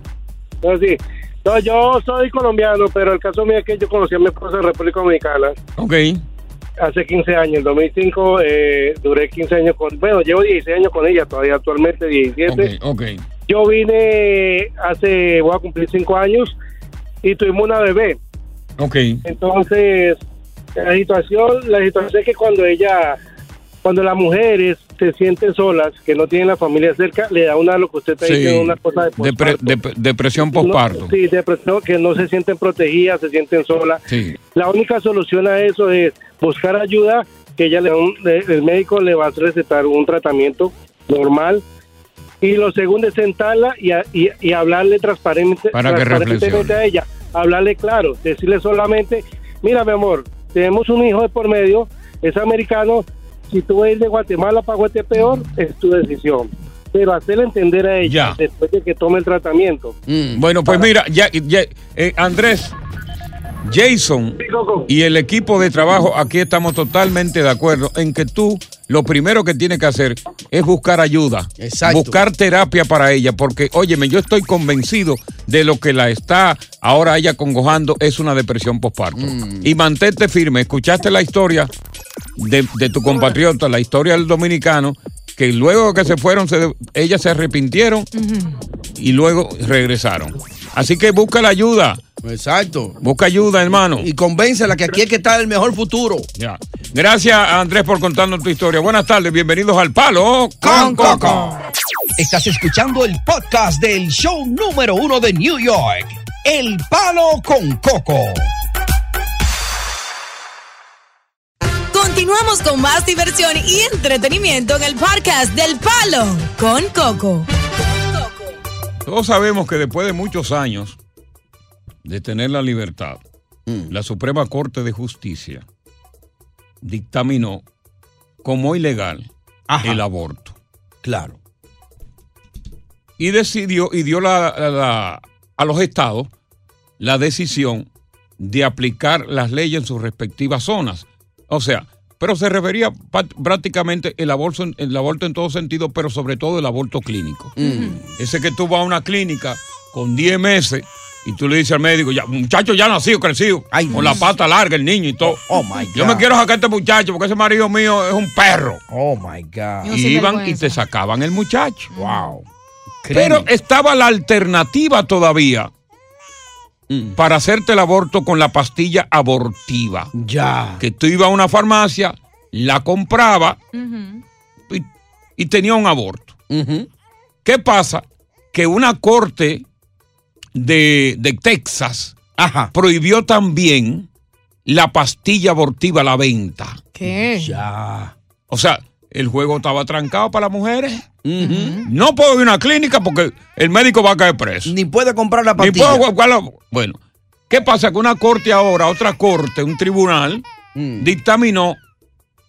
Speaker 3: No, sí. No, yo soy colombiano, pero el caso mío es que yo conocí a mi esposa en República Dominicana
Speaker 5: Ok.
Speaker 3: hace 15 años. En 2005 eh, duré 15 años con... Bueno, llevo 16 años con ella todavía, actualmente 17.
Speaker 5: Ok.
Speaker 3: Yo vine hace... Voy a cumplir 5 años y tuvimos una bebé.
Speaker 5: Ok.
Speaker 3: Entonces, la situación, la situación es que cuando ella, cuando las mujeres se sienten solas, que no tienen la familia cerca, le da una lo que usted está
Speaker 5: Sí.
Speaker 3: diciendo, una cosa de
Speaker 5: Depre- dep- depresión
Speaker 3: no-
Speaker 5: postparto.
Speaker 3: sí, depresión, que no se sienten protegidas, se sienten solas.
Speaker 5: Sí.
Speaker 3: La única solución a eso es buscar ayuda, que ella le, un- le- el médico le va a recetar un tratamiento normal. Y lo segundo es sentarla y, a- y- y hablarle transparente,
Speaker 5: Para que
Speaker 3: transparentemente
Speaker 5: reflexione.
Speaker 3: a ella. Hablarle claro, decirle solamente, mira mi amor, tenemos un hijo de por medio, es americano, si tú vas de Guatemala para Guatepeor, es tu decisión. Pero hacerle entender a ella después de que tome el tratamiento.
Speaker 5: Bueno, pues mira, ya, ya, eh, Andrés, Jason y el equipo de trabajo, aquí estamos totalmente de acuerdo en que tú lo primero que tienes que hacer es buscar ayuda, buscar terapia para ella, porque óyeme, yo estoy convencido de lo que la está ahora ella congojando es una depresión postparto. Y mantente firme, escuchaste la historia de, de tu compatriota, la historia del dominicano, que luego que se fueron, se de- ellas se arrepintieron y luego regresaron. Así que busca la ayuda. Exacto. Busca ayuda, hermano. Y convéncela que aquí es que está el mejor futuro. Ya. Gracias, Andrés, por contarnos tu historia. Buenas tardes, bienvenidos al Palo con Coco.
Speaker 8: Estás escuchando el podcast del show número uno de New York, El Palo con Coco.
Speaker 4: Continuamos con más diversión y entretenimiento en el podcast del Palo con Coco.
Speaker 5: Todos sabemos que después de muchos años de tener la libertad, la Suprema Corte de Justicia dictaminó como ilegal el aborto. Claro. Y decidió y dio la- la- la- a los estados la decisión de aplicar las leyes en sus respectivas zonas. O sea, Pero se refería pa- prácticamente el aborto, en- el aborto en todo sentido, pero sobre todo el aborto clínico. Ese que tú vas a una clínica con 10 meses y tú le dices al médico, ya, muchacho ya nacido, crecido, con la pata larga el niño y todo. Yo me quiero sacar este muchacho porque ese marido mío es un perro.
Speaker 8: Oh my God.
Speaker 5: Y iban y te sacaban el muchacho. Wow. Pero estaba la alternativa todavía para hacerte el aborto con la pastilla abortiva.
Speaker 8: Ya.
Speaker 5: Que tú ibas a una farmacia, la compraba y, y tenía un aborto. ¿Qué pasa? Que una corte de, de Texas prohibió también la pastilla abortiva a la venta.
Speaker 6: ¿Qué?
Speaker 5: Ya. O sea, el juego estaba trancado para las mujeres. No puedo ir a una clínica porque el médico va a caer preso.
Speaker 8: Ni puede comprar la
Speaker 5: Ni puedo comprar la- Bueno, ¿qué pasa? Que una corte ahora, otra corte, un tribunal,
Speaker 8: Mm.
Speaker 5: dictaminó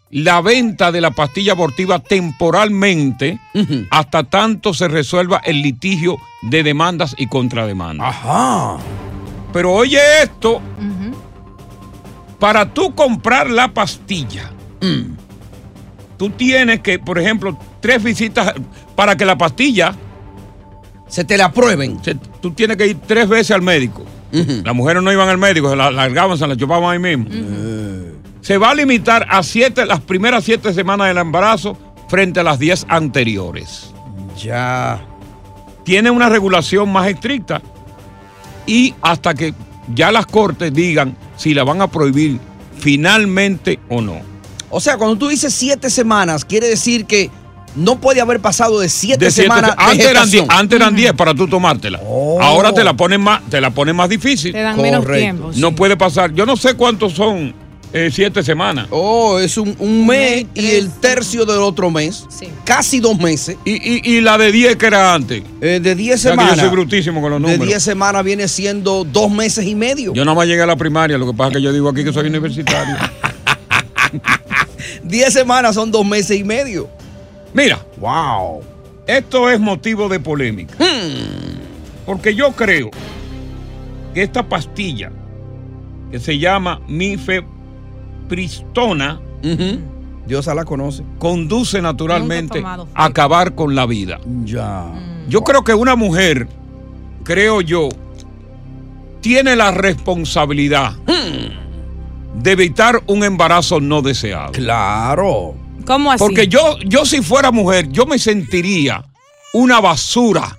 Speaker 5: la venta de la pastilla abortiva temporalmente hasta tanto se resuelva el litigio de demandas y contrademandas.
Speaker 8: Ajá.
Speaker 5: Pero oye esto, para tú comprar la pastilla,
Speaker 8: Mm.
Speaker 5: tú tienes que, por ejemplo, tres visitas para que la pastilla
Speaker 8: se te la aprueben.
Speaker 5: tú tienes que ir tres veces al médico. Las mujeres no iban al médico, se la largaban, se la chupaban ahí mismo. Se va a limitar a siete, las primeras siete semanas del embarazo frente a las diez anteriores.
Speaker 8: Ya.
Speaker 5: Tiene una regulación más estricta y hasta que ya las cortes digan si la van a prohibir finalmente o no.
Speaker 8: O sea, cuando tú dices siete semanas, quiere decir que no puede haber pasado de siete,
Speaker 5: De siete
Speaker 8: semanas.
Speaker 5: se- antes,
Speaker 8: de
Speaker 5: eran diez,
Speaker 8: gestación.
Speaker 5: antes eran 10 para tú tomártela. Ahora te la ponen más, te la ponen más difícil.
Speaker 8: Te dan menos Oh. Correcto. tiempo,
Speaker 5: No puede pasar. Yo no sé cuántos son eh, siete semanas.
Speaker 8: Oh, es un, un mes y el tercio del otro mes. Casi dos meses. Eh,
Speaker 5: Y, la de 10 que era antes.
Speaker 8: de
Speaker 5: O
Speaker 8: 10
Speaker 5: sea, que yo
Speaker 8: semanas.
Speaker 5: soy brutísimo con los
Speaker 8: De
Speaker 5: números.
Speaker 8: 10 semanas viene siendo dos meses y medio.
Speaker 5: Yo nada más llegué a la primaria, lo que pasa es que yo digo aquí que soy universitario.
Speaker 8: 10 semanas son dos meses y medio.
Speaker 5: Mira.
Speaker 8: Wow.
Speaker 5: Esto es motivo de polémica.
Speaker 8: Hmm.
Speaker 5: Porque yo creo que esta pastilla que se llama mifepristona,
Speaker 8: Dios la conoce,
Speaker 5: conduce naturalmente
Speaker 8: tomado
Speaker 5: a acabar con la vida.
Speaker 8: Ya.
Speaker 5: Yo creo que una mujer, creo yo, tiene la responsabilidad de evitar un embarazo no deseado.
Speaker 8: Claro.
Speaker 6: ¿Cómo así?
Speaker 5: Porque yo, yo si fuera mujer, yo me sentiría una basura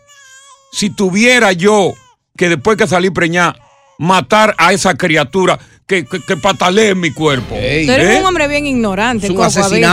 Speaker 5: si tuviera yo que después que salí preñada, matar a esa criatura que, que, que patalee en mi cuerpo. ¿Eh?
Speaker 6: Tú eres un hombre bien ignorante. Coco, a veces.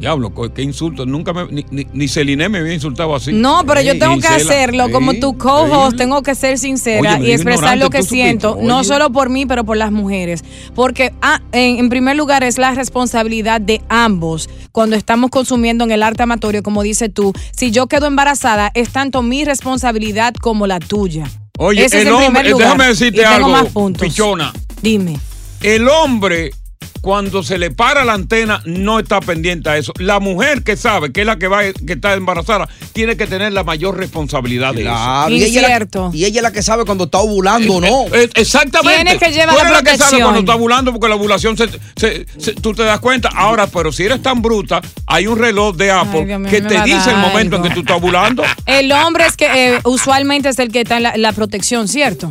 Speaker 5: Diablo, co- qué insulto. Nunca me, ni, ni, ni Celine me había insultado así.
Speaker 6: No, pero yo tengo que
Speaker 5: Gisela.
Speaker 6: hacerlo como
Speaker 5: Sí,
Speaker 6: tu co-host,
Speaker 5: sí.
Speaker 6: tengo que ser sincera
Speaker 5: Oye, me
Speaker 6: y
Speaker 5: dijo
Speaker 6: expresar
Speaker 5: ignorante,
Speaker 6: lo que
Speaker 5: tú supiste.
Speaker 6: siento, no
Speaker 5: Oye.
Speaker 6: solo por mí, pero por las mujeres. Porque ah, en, en primer lugar es la responsabilidad de ambos cuando estamos consumiendo en el arte amatorio, como dice tú. Si yo quedo embarazada, es tanto mi responsabilidad como la tuya.
Speaker 5: Oye,
Speaker 6: Ese es
Speaker 5: el
Speaker 6: en primer
Speaker 5: hombre, eh,
Speaker 6: lugar.
Speaker 5: déjame
Speaker 6: Y
Speaker 5: decirte
Speaker 6: tengo
Speaker 5: algo,
Speaker 6: más puntos.
Speaker 5: pichona.
Speaker 6: Dime.
Speaker 5: El hombre, cuando se le para la antena, no está pendiente a eso. La mujer que sabe que es la que va, que está embarazada, tiene que tener la mayor responsabilidad de
Speaker 8: Claro,
Speaker 5: eso.
Speaker 8: y ella, la, y ella es la que sabe cuando está ovulando
Speaker 6: *laughs*
Speaker 8: o no.
Speaker 5: Eh, Exactamente.
Speaker 8: Tiene que llevar
Speaker 5: tú eres
Speaker 8: la
Speaker 5: la que sabe
Speaker 8: protección.
Speaker 5: cuando está ovulando porque la ovulación se, se- se- tú te das cuenta. Ahora, pero si eres tan bruta, hay un reloj de Apple
Speaker 6: Dios mío,
Speaker 5: que
Speaker 6: me
Speaker 5: te
Speaker 6: va a
Speaker 5: dice
Speaker 6: dar
Speaker 5: el momento en que tú estás ovulando.
Speaker 6: El hombre es que eh, usualmente es el que está en la, la protección, ¿cierto?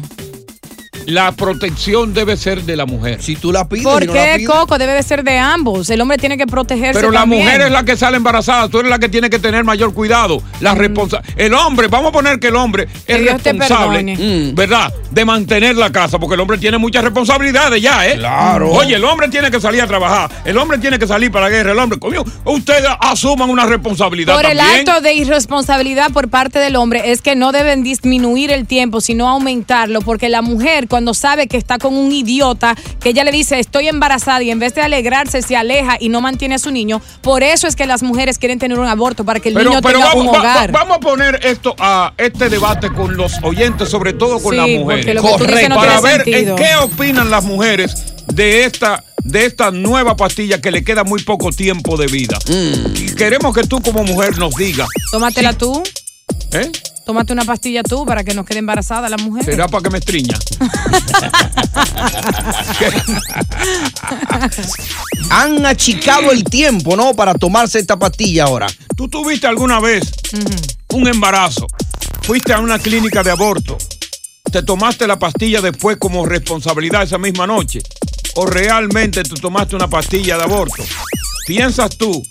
Speaker 5: La protección debe ser de la mujer.
Speaker 8: Si tú la pides,
Speaker 6: Porque Coco debe de ser de ambos. El hombre tiene que protegerse.
Speaker 5: Pero la
Speaker 6: también.
Speaker 5: mujer es la que sale embarazada, tú eres la que tiene que tener mayor cuidado. La responsa- el hombre, vamos a poner que el hombre es
Speaker 6: Mm. Dios te
Speaker 5: responsable,
Speaker 6: perdone.
Speaker 5: mm, ¿verdad? De mantener la casa, porque el hombre tiene muchas responsabilidades ya, ¿eh?
Speaker 8: Claro.
Speaker 5: Oye, el hombre tiene que salir a trabajar, el hombre tiene que salir para la guerra, el hombre, coño, ustedes asuman una responsabilidad
Speaker 6: Por el
Speaker 5: también.
Speaker 6: acto de irresponsabilidad por parte del hombre es que no deben disminuir el tiempo, sino aumentarlo, porque la mujer cuando sabe que está con un idiota, que ella le dice estoy embarazada y en vez de alegrarse se aleja y no mantiene a su niño, por eso es que las mujeres quieren tener un aborto, para que el niño tenga
Speaker 5: vamos,
Speaker 6: un
Speaker 5: va-
Speaker 6: hogar.
Speaker 5: va- vamos a poner esto a este debate con los oyentes, sobre todo con
Speaker 6: Sí,
Speaker 5: las
Speaker 6: porque
Speaker 5: mujeres.
Speaker 6: lo que tú dices Correcto. no
Speaker 5: Para
Speaker 6: tiene
Speaker 5: ver
Speaker 6: sentido.
Speaker 5: en qué opinan las mujeres de esta de esta nueva pastilla que le queda muy poco tiempo de vida. Y queremos que tú como mujer nos digas.
Speaker 6: Tómatela tú.
Speaker 5: ¿eh?
Speaker 6: Tómate una pastilla tú para que no quede embarazada la mujer.
Speaker 5: Será para que
Speaker 6: *laughs*
Speaker 5: me estriña.
Speaker 8: Han achicado el tiempo, ¿no? Para tomarse esta pastilla ahora.
Speaker 5: ¿Tú tuviste alguna vez un embarazo? Fuiste a una clínica de aborto. ¿Te tomaste la pastilla después como responsabilidad esa misma noche? ¿O realmente tú tomaste una pastilla de aborto? ¿Piensas tú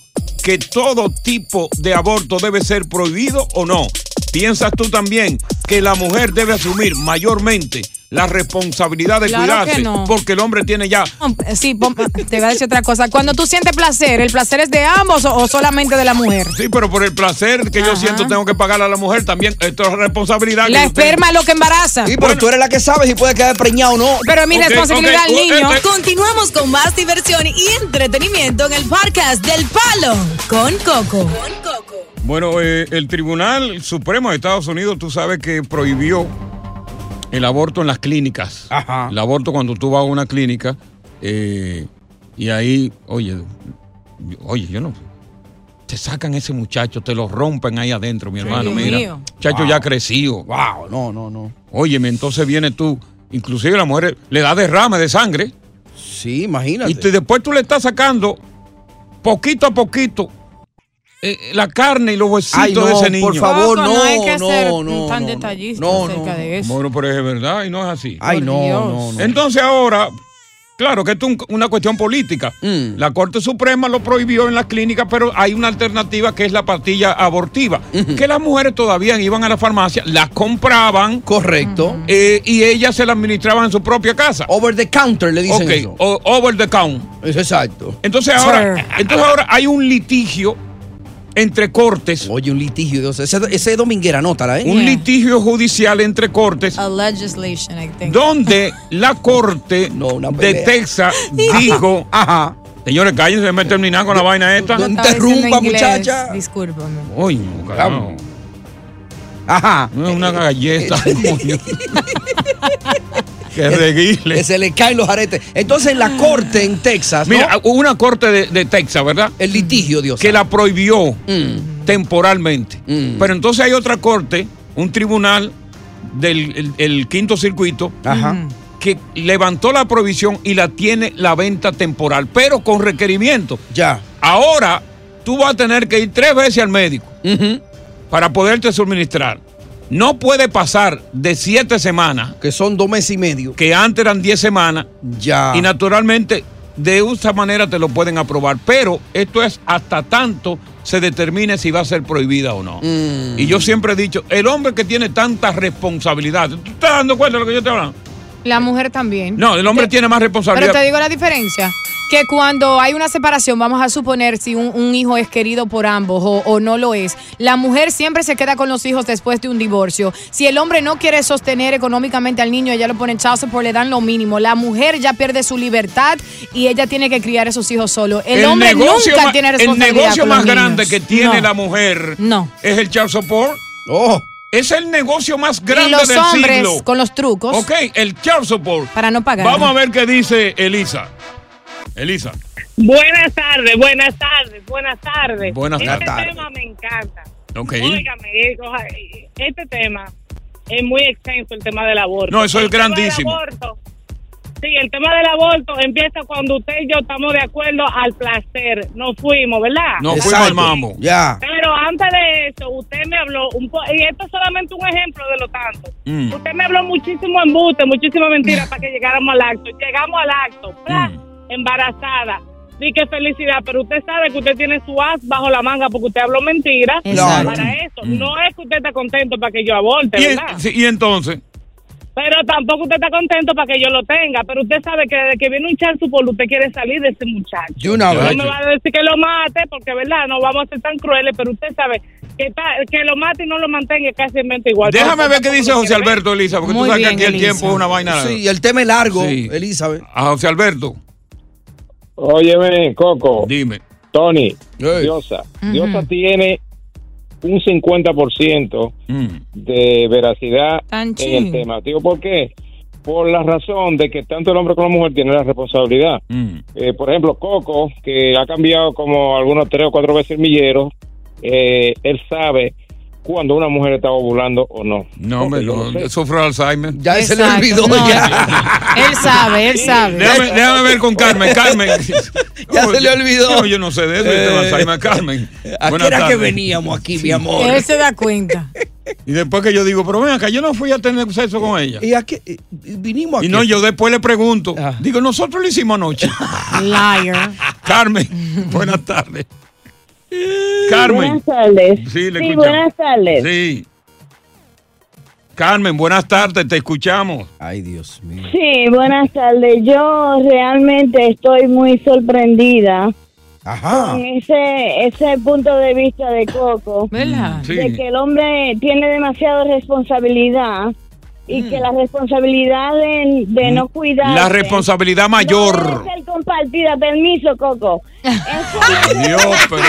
Speaker 5: que todo tipo de aborto debe ser prohibido o no? ¿Piensas tú también que la mujer debe asumir mayormente la responsabilidad de
Speaker 6: Claro que
Speaker 5: cuidarse?
Speaker 6: no.
Speaker 5: Porque el hombre tiene ya
Speaker 6: eh, Sí, pon- te voy a decir otra cosa. Cuando tú sientes placer, ¿el placer es de ambos o, o solamente de la mujer?
Speaker 5: Sí, pero por el placer que yo siento tengo que pagarle a la mujer también. Esto es responsabilidad.
Speaker 6: La esperma es lo que embaraza.
Speaker 8: Sí, pero tú eres la que sabes si puede quedar preñado o no.
Speaker 6: Pero es mi responsabilidad al niño.
Speaker 4: Continuamos con más diversión y entretenimiento en el podcast del Palo con Coco.
Speaker 5: Bueno, eh, el Tribunal Supremo de Estados Unidos, tú sabes que prohibió el aborto en las clínicas. El aborto cuando tú vas a una clínica eh, y ahí, oye, yo- oye, yo no. Te sacan ese muchacho, te lo rompen ahí adentro, mi hermano.
Speaker 8: Dios
Speaker 5: mira,
Speaker 8: mío.
Speaker 5: muchacho
Speaker 8: Wow.
Speaker 5: ya crecido.
Speaker 8: Wow, no, no, no.
Speaker 5: Óyeme, entonces viene tú, inclusive la mujer le da derrame de sangre.
Speaker 8: Sí, imagínate.
Speaker 5: Y te- después tú le estás sacando poquito a poquito eh, la carne y los huesitos
Speaker 8: Ay, no,
Speaker 5: de ese niño.
Speaker 8: por favor,
Speaker 6: Coco,
Speaker 8: no,
Speaker 6: hay que
Speaker 8: no,
Speaker 6: ser
Speaker 8: no,
Speaker 6: tan
Speaker 8: no,
Speaker 6: detallista
Speaker 5: no,
Speaker 6: acerca de eso.
Speaker 5: Bueno, pero es verdad y no es así.
Speaker 8: Ay, Por no, Dios. no, no.
Speaker 5: Entonces ahora, claro que esto es un- una cuestión política.
Speaker 8: Mm.
Speaker 5: La Corte Suprema lo prohibió en las clínicas, pero hay una alternativa que es la pastilla abortiva. Que las mujeres todavía iban a la farmacia, las compraban. Eh,
Speaker 8: Correcto.
Speaker 5: y ellas se la administraban en su propia casa.
Speaker 8: Over the counter le dicen
Speaker 5: Ok,
Speaker 8: eso.
Speaker 5: o- over the count.
Speaker 8: exacto.
Speaker 5: Entonces ahora, entonces ahora hay un litigio entre cortes.
Speaker 8: Oye, un litigio, Dios. Ese, ese es dominguera, nótala, ¿eh?
Speaker 5: un litigio judicial entre cortes
Speaker 6: A legislation, I think.
Speaker 5: donde la corte de
Speaker 8: pelea.
Speaker 5: Texas
Speaker 6: Ajá.
Speaker 5: dijo, señores, cállense, déjenme terminar con la vaina esta.
Speaker 6: Lo estaba diciendo en inglés, Discúlpame.
Speaker 5: Oye, carajo.
Speaker 8: Ajá.
Speaker 5: No es una galleta. coño. Qué reguile.
Speaker 8: Que se le caen los aretes. Entonces, en la corte en Texas. ¿no?
Speaker 5: Mira, hubo una corte de, de Texas, ¿verdad?
Speaker 8: El litigio, Dios.
Speaker 5: Que la prohibió temporalmente. Pero entonces hay otra corte, un tribunal del el- el quinto circuito, que levantó la prohibición y la tiene la venta temporal, pero con requerimiento.
Speaker 8: Ya.
Speaker 5: Ahora tú vas a tener que ir tres veces al médico para poderte suministrar. No puede pasar de siete semanas.
Speaker 8: Que son dos meses y medio.
Speaker 5: Que antes eran diez semanas.
Speaker 8: Ya.
Speaker 5: Y naturalmente, de esa manera te lo pueden aprobar. Pero esto es hasta tanto se determine si va a ser prohibida o no.
Speaker 8: Mm.
Speaker 5: Y yo siempre he dicho, el hombre que tiene tantas responsabilidades, ¿tú estás dando cuenta de lo que yo te hablo?
Speaker 6: La mujer también.
Speaker 5: No, el hombre tiene más responsabilidad.
Speaker 6: Pero te digo la diferencia. Que cuando hay una separación, vamos a suponer si un, un hijo es querido por ambos o, o no lo es, la mujer siempre se queda con los hijos después de un divorcio. Si el hombre no quiere sostener económicamente al niño, ella lo pone en child support, le dan lo mínimo. La mujer ya pierde su libertad y ella tiene que criar a esos hijos solo. El, hombre
Speaker 5: negocio
Speaker 6: nunca
Speaker 5: ma-
Speaker 6: tiene responsabilidad.
Speaker 5: El negocio
Speaker 6: con los
Speaker 5: más
Speaker 6: niños.
Speaker 5: grande que
Speaker 6: No.
Speaker 5: tiene la mujer
Speaker 6: No.
Speaker 5: es el child support.
Speaker 8: Oh.
Speaker 5: Es el negocio más grande
Speaker 6: Y los
Speaker 5: del
Speaker 6: hombres
Speaker 5: siglo.
Speaker 6: con los trucos
Speaker 5: Ok, el child support.
Speaker 6: para no pagar.
Speaker 5: Vamos a ver qué dice Elisa. Elisa.
Speaker 16: Buenas tardes, buenas tardes, buenas tardes.
Speaker 5: Buenas
Speaker 16: este
Speaker 5: tardes.
Speaker 16: tema me encanta.
Speaker 5: Ok.
Speaker 16: Óigame, eh, oja- este tema es muy extenso, el tema del aborto.
Speaker 5: No, eso es
Speaker 16: El tema del
Speaker 5: grandísimo.
Speaker 16: aborto- sí, el tema del aborto empieza cuando usted y yo estamos de acuerdo al placer. Nos fuimos, ¿verdad?
Speaker 5: No
Speaker 16: Exacto.
Speaker 5: fuimos al mambo.
Speaker 8: Ya.
Speaker 16: Pero antes de eso, usted me habló, un po- y esto es solamente un ejemplo de lo tanto.
Speaker 5: Mm.
Speaker 16: Usted me habló muchísimo embuste, muchísima mentira para que llegáramos al acto. Llegamos al acto,
Speaker 5: Mm.
Speaker 16: ¡plas! embarazada. Sí, qué felicidad, pero usted sabe que usted tiene su as bajo la manga porque usted habló mentira
Speaker 5: Claro.
Speaker 16: para eso. No es que usted está contento para que yo aborte,
Speaker 5: Mm. Y, en-
Speaker 16: ¿verdad?
Speaker 5: sí, y entonces,
Speaker 16: Pero tampoco usted está contento para que yo lo tenga. Pero usted sabe que desde que viene un char support, usted quiere salir de ese muchacho.
Speaker 8: De una
Speaker 16: No
Speaker 8: vez.
Speaker 16: me va a decir que lo mate, porque verdad, no vamos a ser tan crueles, pero usted sabe que, ta- que lo mate y no lo mantenga es casi igual.
Speaker 5: déjame ver qué dice José
Speaker 16: Alberto
Speaker 5: Alberto, Elisa, porque tú sabes que aquí el tiempo es una vaina.
Speaker 8: Sí, el tema es largo,
Speaker 5: Sí.
Speaker 8: Elizabeth.
Speaker 5: A José Alberto.
Speaker 10: Óyeme, Coco.
Speaker 5: Dime.
Speaker 10: Tony, Diosa. Diosa tiene un 50% de veracidad
Speaker 6: Tan
Speaker 10: en
Speaker 6: ching.
Speaker 10: el tema. Digo, ¿por qué? Por la razón de que tanto el hombre como la mujer tienen la responsabilidad. Eh, por ejemplo, Coco, que ha cambiado como algunos tres o cuatro veces el millero, eh, él eh, sabe
Speaker 17: cuando una mujer está ovulando o no.
Speaker 5: No, hombre, no, sufro Alzheimer.
Speaker 8: Ya
Speaker 5: se le
Speaker 6: olvidó, No. Él sabe, él sabe.
Speaker 5: Déjame, déjame ver con Carmen, Carmen.
Speaker 8: *laughs* Ya
Speaker 5: No,
Speaker 8: se le
Speaker 5: yo-
Speaker 8: olvidó.
Speaker 5: no, Yo, no sé de eso, este yo tengo
Speaker 8: Eh,
Speaker 5: Alzheimer, Carmen.
Speaker 8: ¿A qué
Speaker 5: Buenas
Speaker 8: era que
Speaker 5: tardes.
Speaker 8: veníamos aquí, mi amor?
Speaker 6: Él se da cuenta.
Speaker 5: Y después que yo digo, pero ven acá, yo no fui a tener sexo con ella.
Speaker 8: ¿Y Ah. a qué? eh, Vinimos aquí.
Speaker 5: Y no, yo después le pregunto. Digo, nosotros lo hicimos
Speaker 8: *laughs*
Speaker 5: anoche.
Speaker 6: Liar.
Speaker 5: Carmen, buenas tardes. Carmen.
Speaker 18: Buenas tardes.
Speaker 5: Sí, le escuchamos.
Speaker 18: buenas tardes.
Speaker 5: Sí. Carmen, buenas tardes, te escuchamos.
Speaker 8: Ay, Dios mío.
Speaker 18: Sí, buenas tardes. Yo realmente estoy muy sorprendida
Speaker 8: Ajá.
Speaker 18: con ese, ese punto de vista de Coco.
Speaker 6: ¿Verdad?
Speaker 18: De que el hombre tiene demasiada responsabilidad y que la responsabilidad de, de
Speaker 8: Mm.
Speaker 18: no cuidar.
Speaker 5: La responsabilidad mayor.
Speaker 18: ser compartida. Permiso, Coco.
Speaker 5: Dios,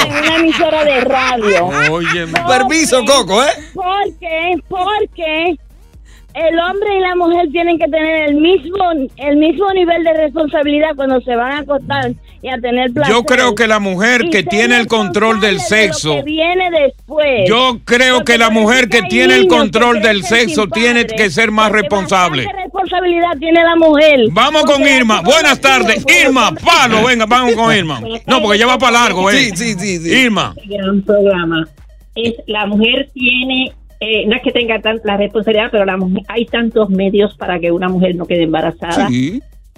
Speaker 18: En una emisora de radio.
Speaker 5: pero. Oye,
Speaker 14: Ah,
Speaker 8: Permiso, Coco, ¿eh?
Speaker 18: Porque, porque el hombre y la mujer tienen que tener el mismo, el mismo nivel de responsabilidad cuando se van a acostar y a tener placer.
Speaker 5: yo creo que la mujer
Speaker 18: Y
Speaker 5: que
Speaker 18: ser
Speaker 5: tiene el control del
Speaker 18: responsable de
Speaker 5: sexo.
Speaker 18: lo que viene después.
Speaker 5: Yo creo que la mujer que
Speaker 18: hay
Speaker 5: tiene el
Speaker 18: niños que
Speaker 5: control del
Speaker 18: crecen sin
Speaker 5: sexo tiene
Speaker 18: padres,
Speaker 5: que ser más responsable.
Speaker 18: ¿Qué responsabilidad tiene la mujer?
Speaker 5: Vamos con Irma. Buenas tardes. Irma, palo, venga, vamos
Speaker 18: *laughs*
Speaker 5: con Irma.
Speaker 18: Pues
Speaker 5: No, porque ya va para largo, ¿eh?
Speaker 8: Sí, sí, sí.
Speaker 5: Irma.
Speaker 19: gran programa. Es, la mujer tiene, eh, no es que tenga tan, la responsabilidad, pero la mujer, hay tantos medios para que una mujer no quede embarazada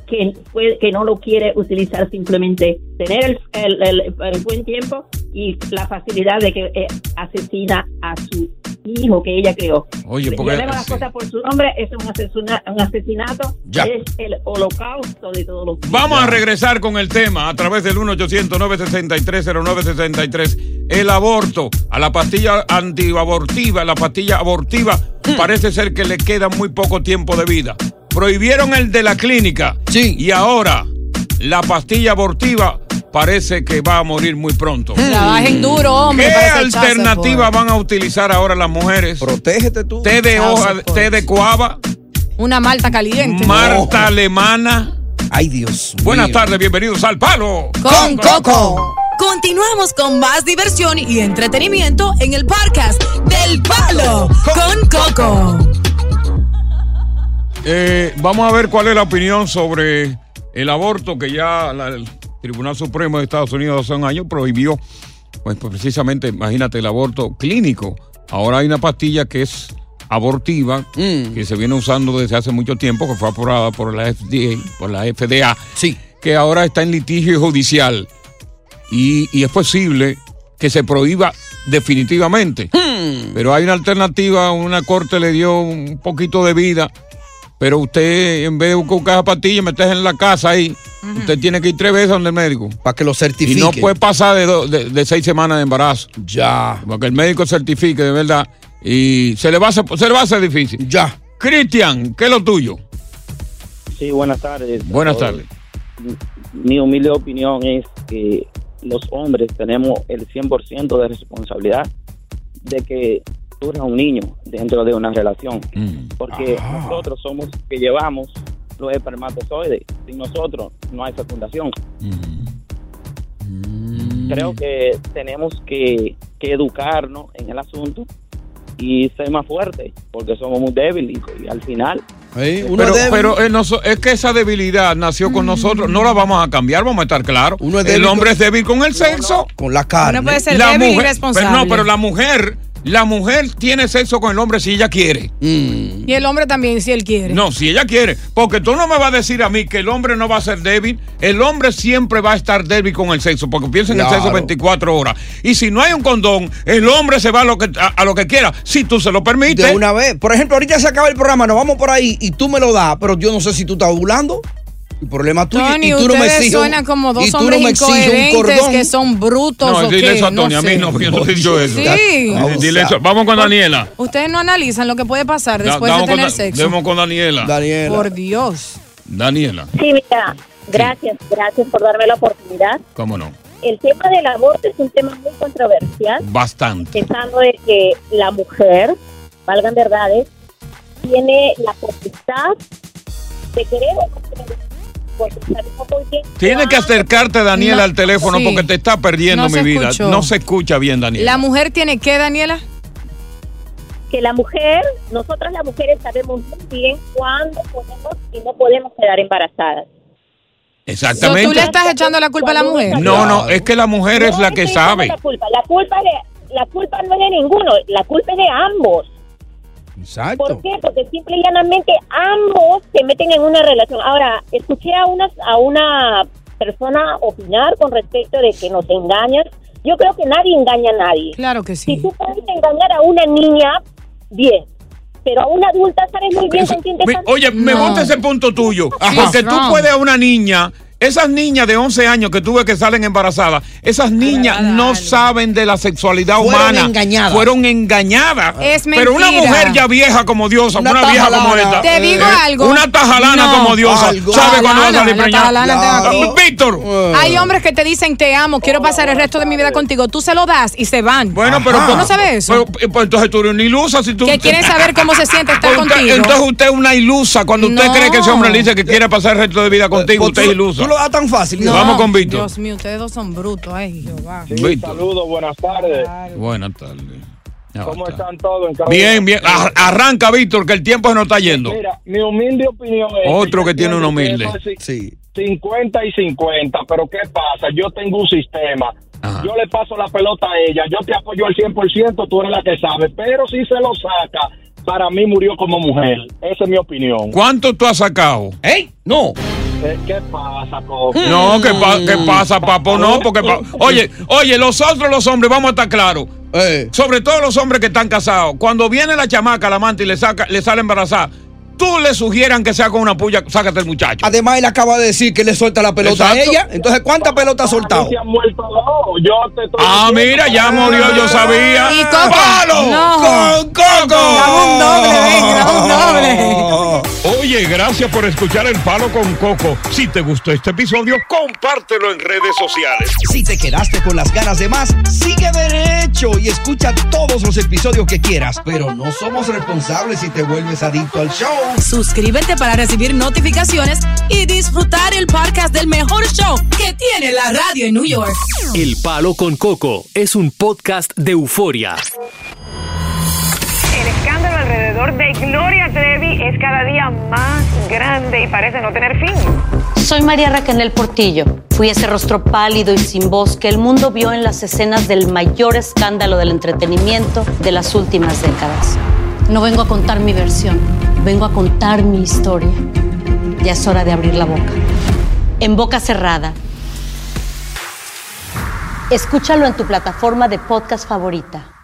Speaker 19: que, puede- que no lo quiere utilizar simplemente tener el, el- el- el buen tiempo y la facilidad de que eh, asesina a su hijo que ella creó.
Speaker 5: Oye, porque-
Speaker 19: Llamemos las
Speaker 5: sí.
Speaker 19: cosas por su nombre, es un, asesina- un asesinato,
Speaker 5: Ya.
Speaker 19: es el holocausto de todos los
Speaker 5: Vamos a regresar con el tema a través del 1 800 963 0963 El aborto, a la pastilla antiabortiva, la pastilla abortiva,
Speaker 8: Hmm.
Speaker 5: parece ser que le queda muy poco tiempo de vida. Prohibieron el de la clínica. Sí. Y ahora, la pastilla abortiva parece que va a morir muy pronto.
Speaker 8: Hmm.
Speaker 6: Trabajen duro, hombre.
Speaker 5: ¿Qué
Speaker 6: para ese chaser,
Speaker 5: alternativa van a utilizar ahora las mujeres?
Speaker 8: Protégete tú.
Speaker 5: Té de hoja, té de cuava,
Speaker 6: por- Una malta caliente.
Speaker 5: Marta alemana.
Speaker 8: Ay, Dios.
Speaker 5: Buenas tardes, bienvenidos al Palo
Speaker 6: Con Continuamos con más diversión y entretenimiento en el podcast del Palo con Coco.
Speaker 5: Eh, vamos a ver cuál es la opinión sobre el aborto que ya la- el Tribunal Supremo de Estados Unidos hace un año prohibió, pues, pues, precisamente, imagínate, el aborto clínico. Ahora hay una pastilla que es abortiva,
Speaker 8: Mm.
Speaker 5: que se viene usando desde hace mucho tiempo, que fue aprobada por la FDA, por la FDA, que ahora está en litigio judicial. Y, y es posible que se prohíba definitivamente. Pero hay una alternativa, una corte le dio un poquito de vida, pero usted en vez de buscar esa pastilla, metes en la casa ahí, usted tiene que ir tres veces donde el médico.
Speaker 8: Para que lo certifique.
Speaker 5: Y no puede pasar de, do- de- de seis semanas de embarazo. Ya. Para que el médico certifique de verdad. Y se le va a hacer, se le va a hacer difícil.
Speaker 8: Ya.
Speaker 5: Cristian, ¿qué es lo tuyo?
Speaker 20: Sí, buenas tardes.
Speaker 5: Buenas
Speaker 20: Eh,
Speaker 5: tardes.
Speaker 20: Mi humilde opinión es que los hombres tenemos el 100% de responsabilidad de que surja un niño dentro de una relación.
Speaker 5: Mm.
Speaker 20: Porque nosotros somos los que llevamos los espermatozoides. Sin nosotros no hay fecundación.
Speaker 5: Mm.
Speaker 20: Creo que tenemos que, que educarnos en el asunto y ser más fuertes porque somos muy débiles y al final
Speaker 5: pero pero, eh, noso- es que esa debilidad nació con nosotros. No la vamos a cambiar, vamos a estar claros. el
Speaker 8: Mm. débil
Speaker 5: hombre
Speaker 8: con-
Speaker 5: es débil con el sexo.
Speaker 8: Con la carne.
Speaker 5: No Pero no, pero la mujer, la mujer tiene sexo con el hombre si ella quiere.
Speaker 8: Mm.
Speaker 6: Y el hombre también, si él quiere.
Speaker 5: No, si ella quiere. Porque tú no me vas a decir a mí que el hombre no va a ser débil. El hombre siempre va a estar débil con el sexo, porque piensa en el
Speaker 8: Claro.
Speaker 5: sexo 24 horas. Y si no hay un condón, el hombre se va a lo que, a, a lo que quiera, si tú se lo permites.
Speaker 8: De una vez. Por ejemplo, ahorita se acaba el programa, nos vamos por ahí y tú me lo das, pero yo no sé si tú estás ovulando. El problema es tuyo.
Speaker 6: Tony,
Speaker 8: y tú no me
Speaker 6: ustedes
Speaker 8: exiges un-
Speaker 6: suenan como dos
Speaker 8: y tú no
Speaker 6: hombres
Speaker 8: me exiges un
Speaker 6: incoherentes
Speaker 8: cordón.
Speaker 6: que son brutos
Speaker 5: No,
Speaker 6: o
Speaker 5: dile
Speaker 6: qué,
Speaker 5: eso a Tony, a mí
Speaker 6: sé.
Speaker 5: no, yo no he dicho eso.
Speaker 6: Sí.
Speaker 5: Dile- Dile eso. Vamos con Daniela.
Speaker 6: Ustedes no analizan lo que puede pasar
Speaker 5: Da-
Speaker 6: después de
Speaker 5: damos con
Speaker 6: tener
Speaker 5: Da-
Speaker 6: sexo.
Speaker 5: demos con Daniela. Daniela.
Speaker 6: Por Dios.
Speaker 5: Daniela,
Speaker 18: Sí, mira, gracias, gracias por darme la oportunidad.
Speaker 5: cómo no.
Speaker 18: El tema del aborto es un tema muy controversial.
Speaker 5: Bastante.
Speaker 18: pensando de que la mujer, valgan verdades, tiene la potestad de querer o no querer, porque sabemos muy bien
Speaker 5: Tienes que acercarte, Daniela,
Speaker 6: No,
Speaker 5: al teléfono
Speaker 6: sí.
Speaker 5: porque te está perdiendo
Speaker 6: No
Speaker 5: mi
Speaker 6: se
Speaker 5: vida.
Speaker 6: escuchó.
Speaker 5: No se escucha bien, Daniela.
Speaker 6: ¿La mujer tiene qué, Daniela?
Speaker 21: que la mujer, nosotras las mujeres sabemos muy bien cuándo podemos y no podemos quedar embarazadas.
Speaker 5: Exactamente.
Speaker 6: ¿Tú le estás echando la culpa a la mujer?
Speaker 5: No, no, es que la mujer es la que sabe.
Speaker 21: La culpa, la culpa de- la culpa no es de ninguno, la culpa es de ambos. ¿Por qué? Porque simple y llanamente ambos se meten en una relación. Ahora, escuché a una, a una persona opinar con respecto de que nos engañan. Yo creo que nadie engaña a nadie.
Speaker 6: Claro que sí.
Speaker 21: Si tú puedes engañar a una niña, bien. Pero a una adulta sabes muy bien con quién te
Speaker 5: Mi-
Speaker 21: estás...
Speaker 5: Oye, me
Speaker 21: No.
Speaker 5: gusta ese punto tuyo.
Speaker 21: Sí,
Speaker 5: porque
Speaker 21: es
Speaker 5: tú
Speaker 21: wrong.
Speaker 5: puedes a una niña, esas niñas de 11 años que tuve que salen embarazadas, esas niñas no saben de la sexualidad
Speaker 8: Fueron
Speaker 5: humana.
Speaker 8: engañadas.
Speaker 5: Fueron engañadas.
Speaker 6: Es
Speaker 5: Pero una
Speaker 6: mentira.
Speaker 5: mujer ya vieja como diosa,
Speaker 6: Una
Speaker 5: una, vieja como
Speaker 6: tajalana.
Speaker 5: esta. Eh,
Speaker 6: Te digo algo.
Speaker 5: Una tajalana
Speaker 6: No.
Speaker 5: como diosa.
Speaker 6: Algo.
Speaker 5: ¿Sabe cuándo va a
Speaker 6: Tajalana,
Speaker 5: salir
Speaker 6: la
Speaker 5: preñada?
Speaker 6: tajalana te va a comer.
Speaker 5: Víctor.
Speaker 6: Hay hombres que te dicen te amo, quiero pasar el resto de mi vida contigo. Tú se lo das y se van.
Speaker 5: Bueno, pero
Speaker 6: ¿Tú no sabes eso?
Speaker 5: pero- eh, pues entonces tú eres una ilusa si tú
Speaker 6: que
Speaker 5: *laughs*
Speaker 6: quieren saber cómo se siente estar
Speaker 5: Usted-
Speaker 6: contigo.
Speaker 5: entonces usted es una ilusa. Cuando usted
Speaker 6: No.
Speaker 5: cree que ese hombre le dice que quiere pasar el resto de vida contigo, usted es ilusa.
Speaker 8: Pues, Tú lo das tan fácil.
Speaker 6: No,
Speaker 5: Vamos con Víctor.
Speaker 6: Dios mío, ustedes dos son brutos. Ay, Jehová.
Speaker 5: Víctor.
Speaker 17: Saludos, buenas tardes.
Speaker 5: Buenas tardes. Ya
Speaker 17: ¿Cómo
Speaker 5: basta.
Speaker 17: están todos? En cada-
Speaker 5: Bien, Ah, bien. Ar- arranca, Víctor, que el tiempo se nos está yendo.
Speaker 17: Mira, mi humilde opinión es...
Speaker 5: Otro que tiene un
Speaker 17: yo
Speaker 5: humilde.
Speaker 17: pienso que si- 50 y 50, pero ¿qué pasa? Yo tengo un sistema. Yo le paso la pelota a ella, yo te apoyo al 100%, tú eres la que sabe, pero si se lo saca, para mí murió como mujer. Esa es mi opinión.
Speaker 5: ¿Cuánto tú has sacado?
Speaker 8: ¿Eh? No.
Speaker 17: Eh, ¿Qué pasa, Coco?
Speaker 5: No, ¿qué, pa-
Speaker 10: Mm.
Speaker 5: qué pasa, papo? No, porque. pa- oye, oye, los otros, los hombres, vamos a estar claros. Sobre todo los hombres que están casados. Cuando viene la chamaca, la amante, y le, saca, le sale embarazada, tú le sugieran que sea con una puya, sácate el muchacho.
Speaker 8: Además, él acaba de decir que le suelta la pelota
Speaker 5: Exacto.
Speaker 8: a ella. Entonces, ¿cuántas pelotas ha soltado?
Speaker 5: Ah, mira, ya murió, yo sabía.
Speaker 8: Y Coco.
Speaker 5: ¡Palo!
Speaker 8: No.
Speaker 5: ¡Con Coco!
Speaker 8: Dame un doble, ven,
Speaker 5: Oye, gracias por escuchar El Palo con Coco. Si te gustó este episodio, compártelo en redes sociales.
Speaker 3: Si te quedaste con las ganas de más, sigue derecho y escucha todos los episodios que quieras.
Speaker 8: Pero no somos responsables si te vuelves adicto al show.
Speaker 4: Suscríbete para recibir notificaciones y disfrutar el podcast del mejor show que tiene la radio en New York.
Speaker 1: El Palo con Coco es un podcast de euforia.
Speaker 22: El escándalo alrededor de Gloria Trevi es cada día más grande y parece no tener fin.
Speaker 23: Soy María Raquel Portillo. Fui ese rostro pálido y sin voz que el mundo vio en las escenas del mayor escándalo del entretenimiento de las últimas décadas. No vengo a contar mi versión, vengo a contar mi historia. Ya es hora de abrir la boca. En boca cerrada. Escúchalo en tu plataforma de podcast favorita.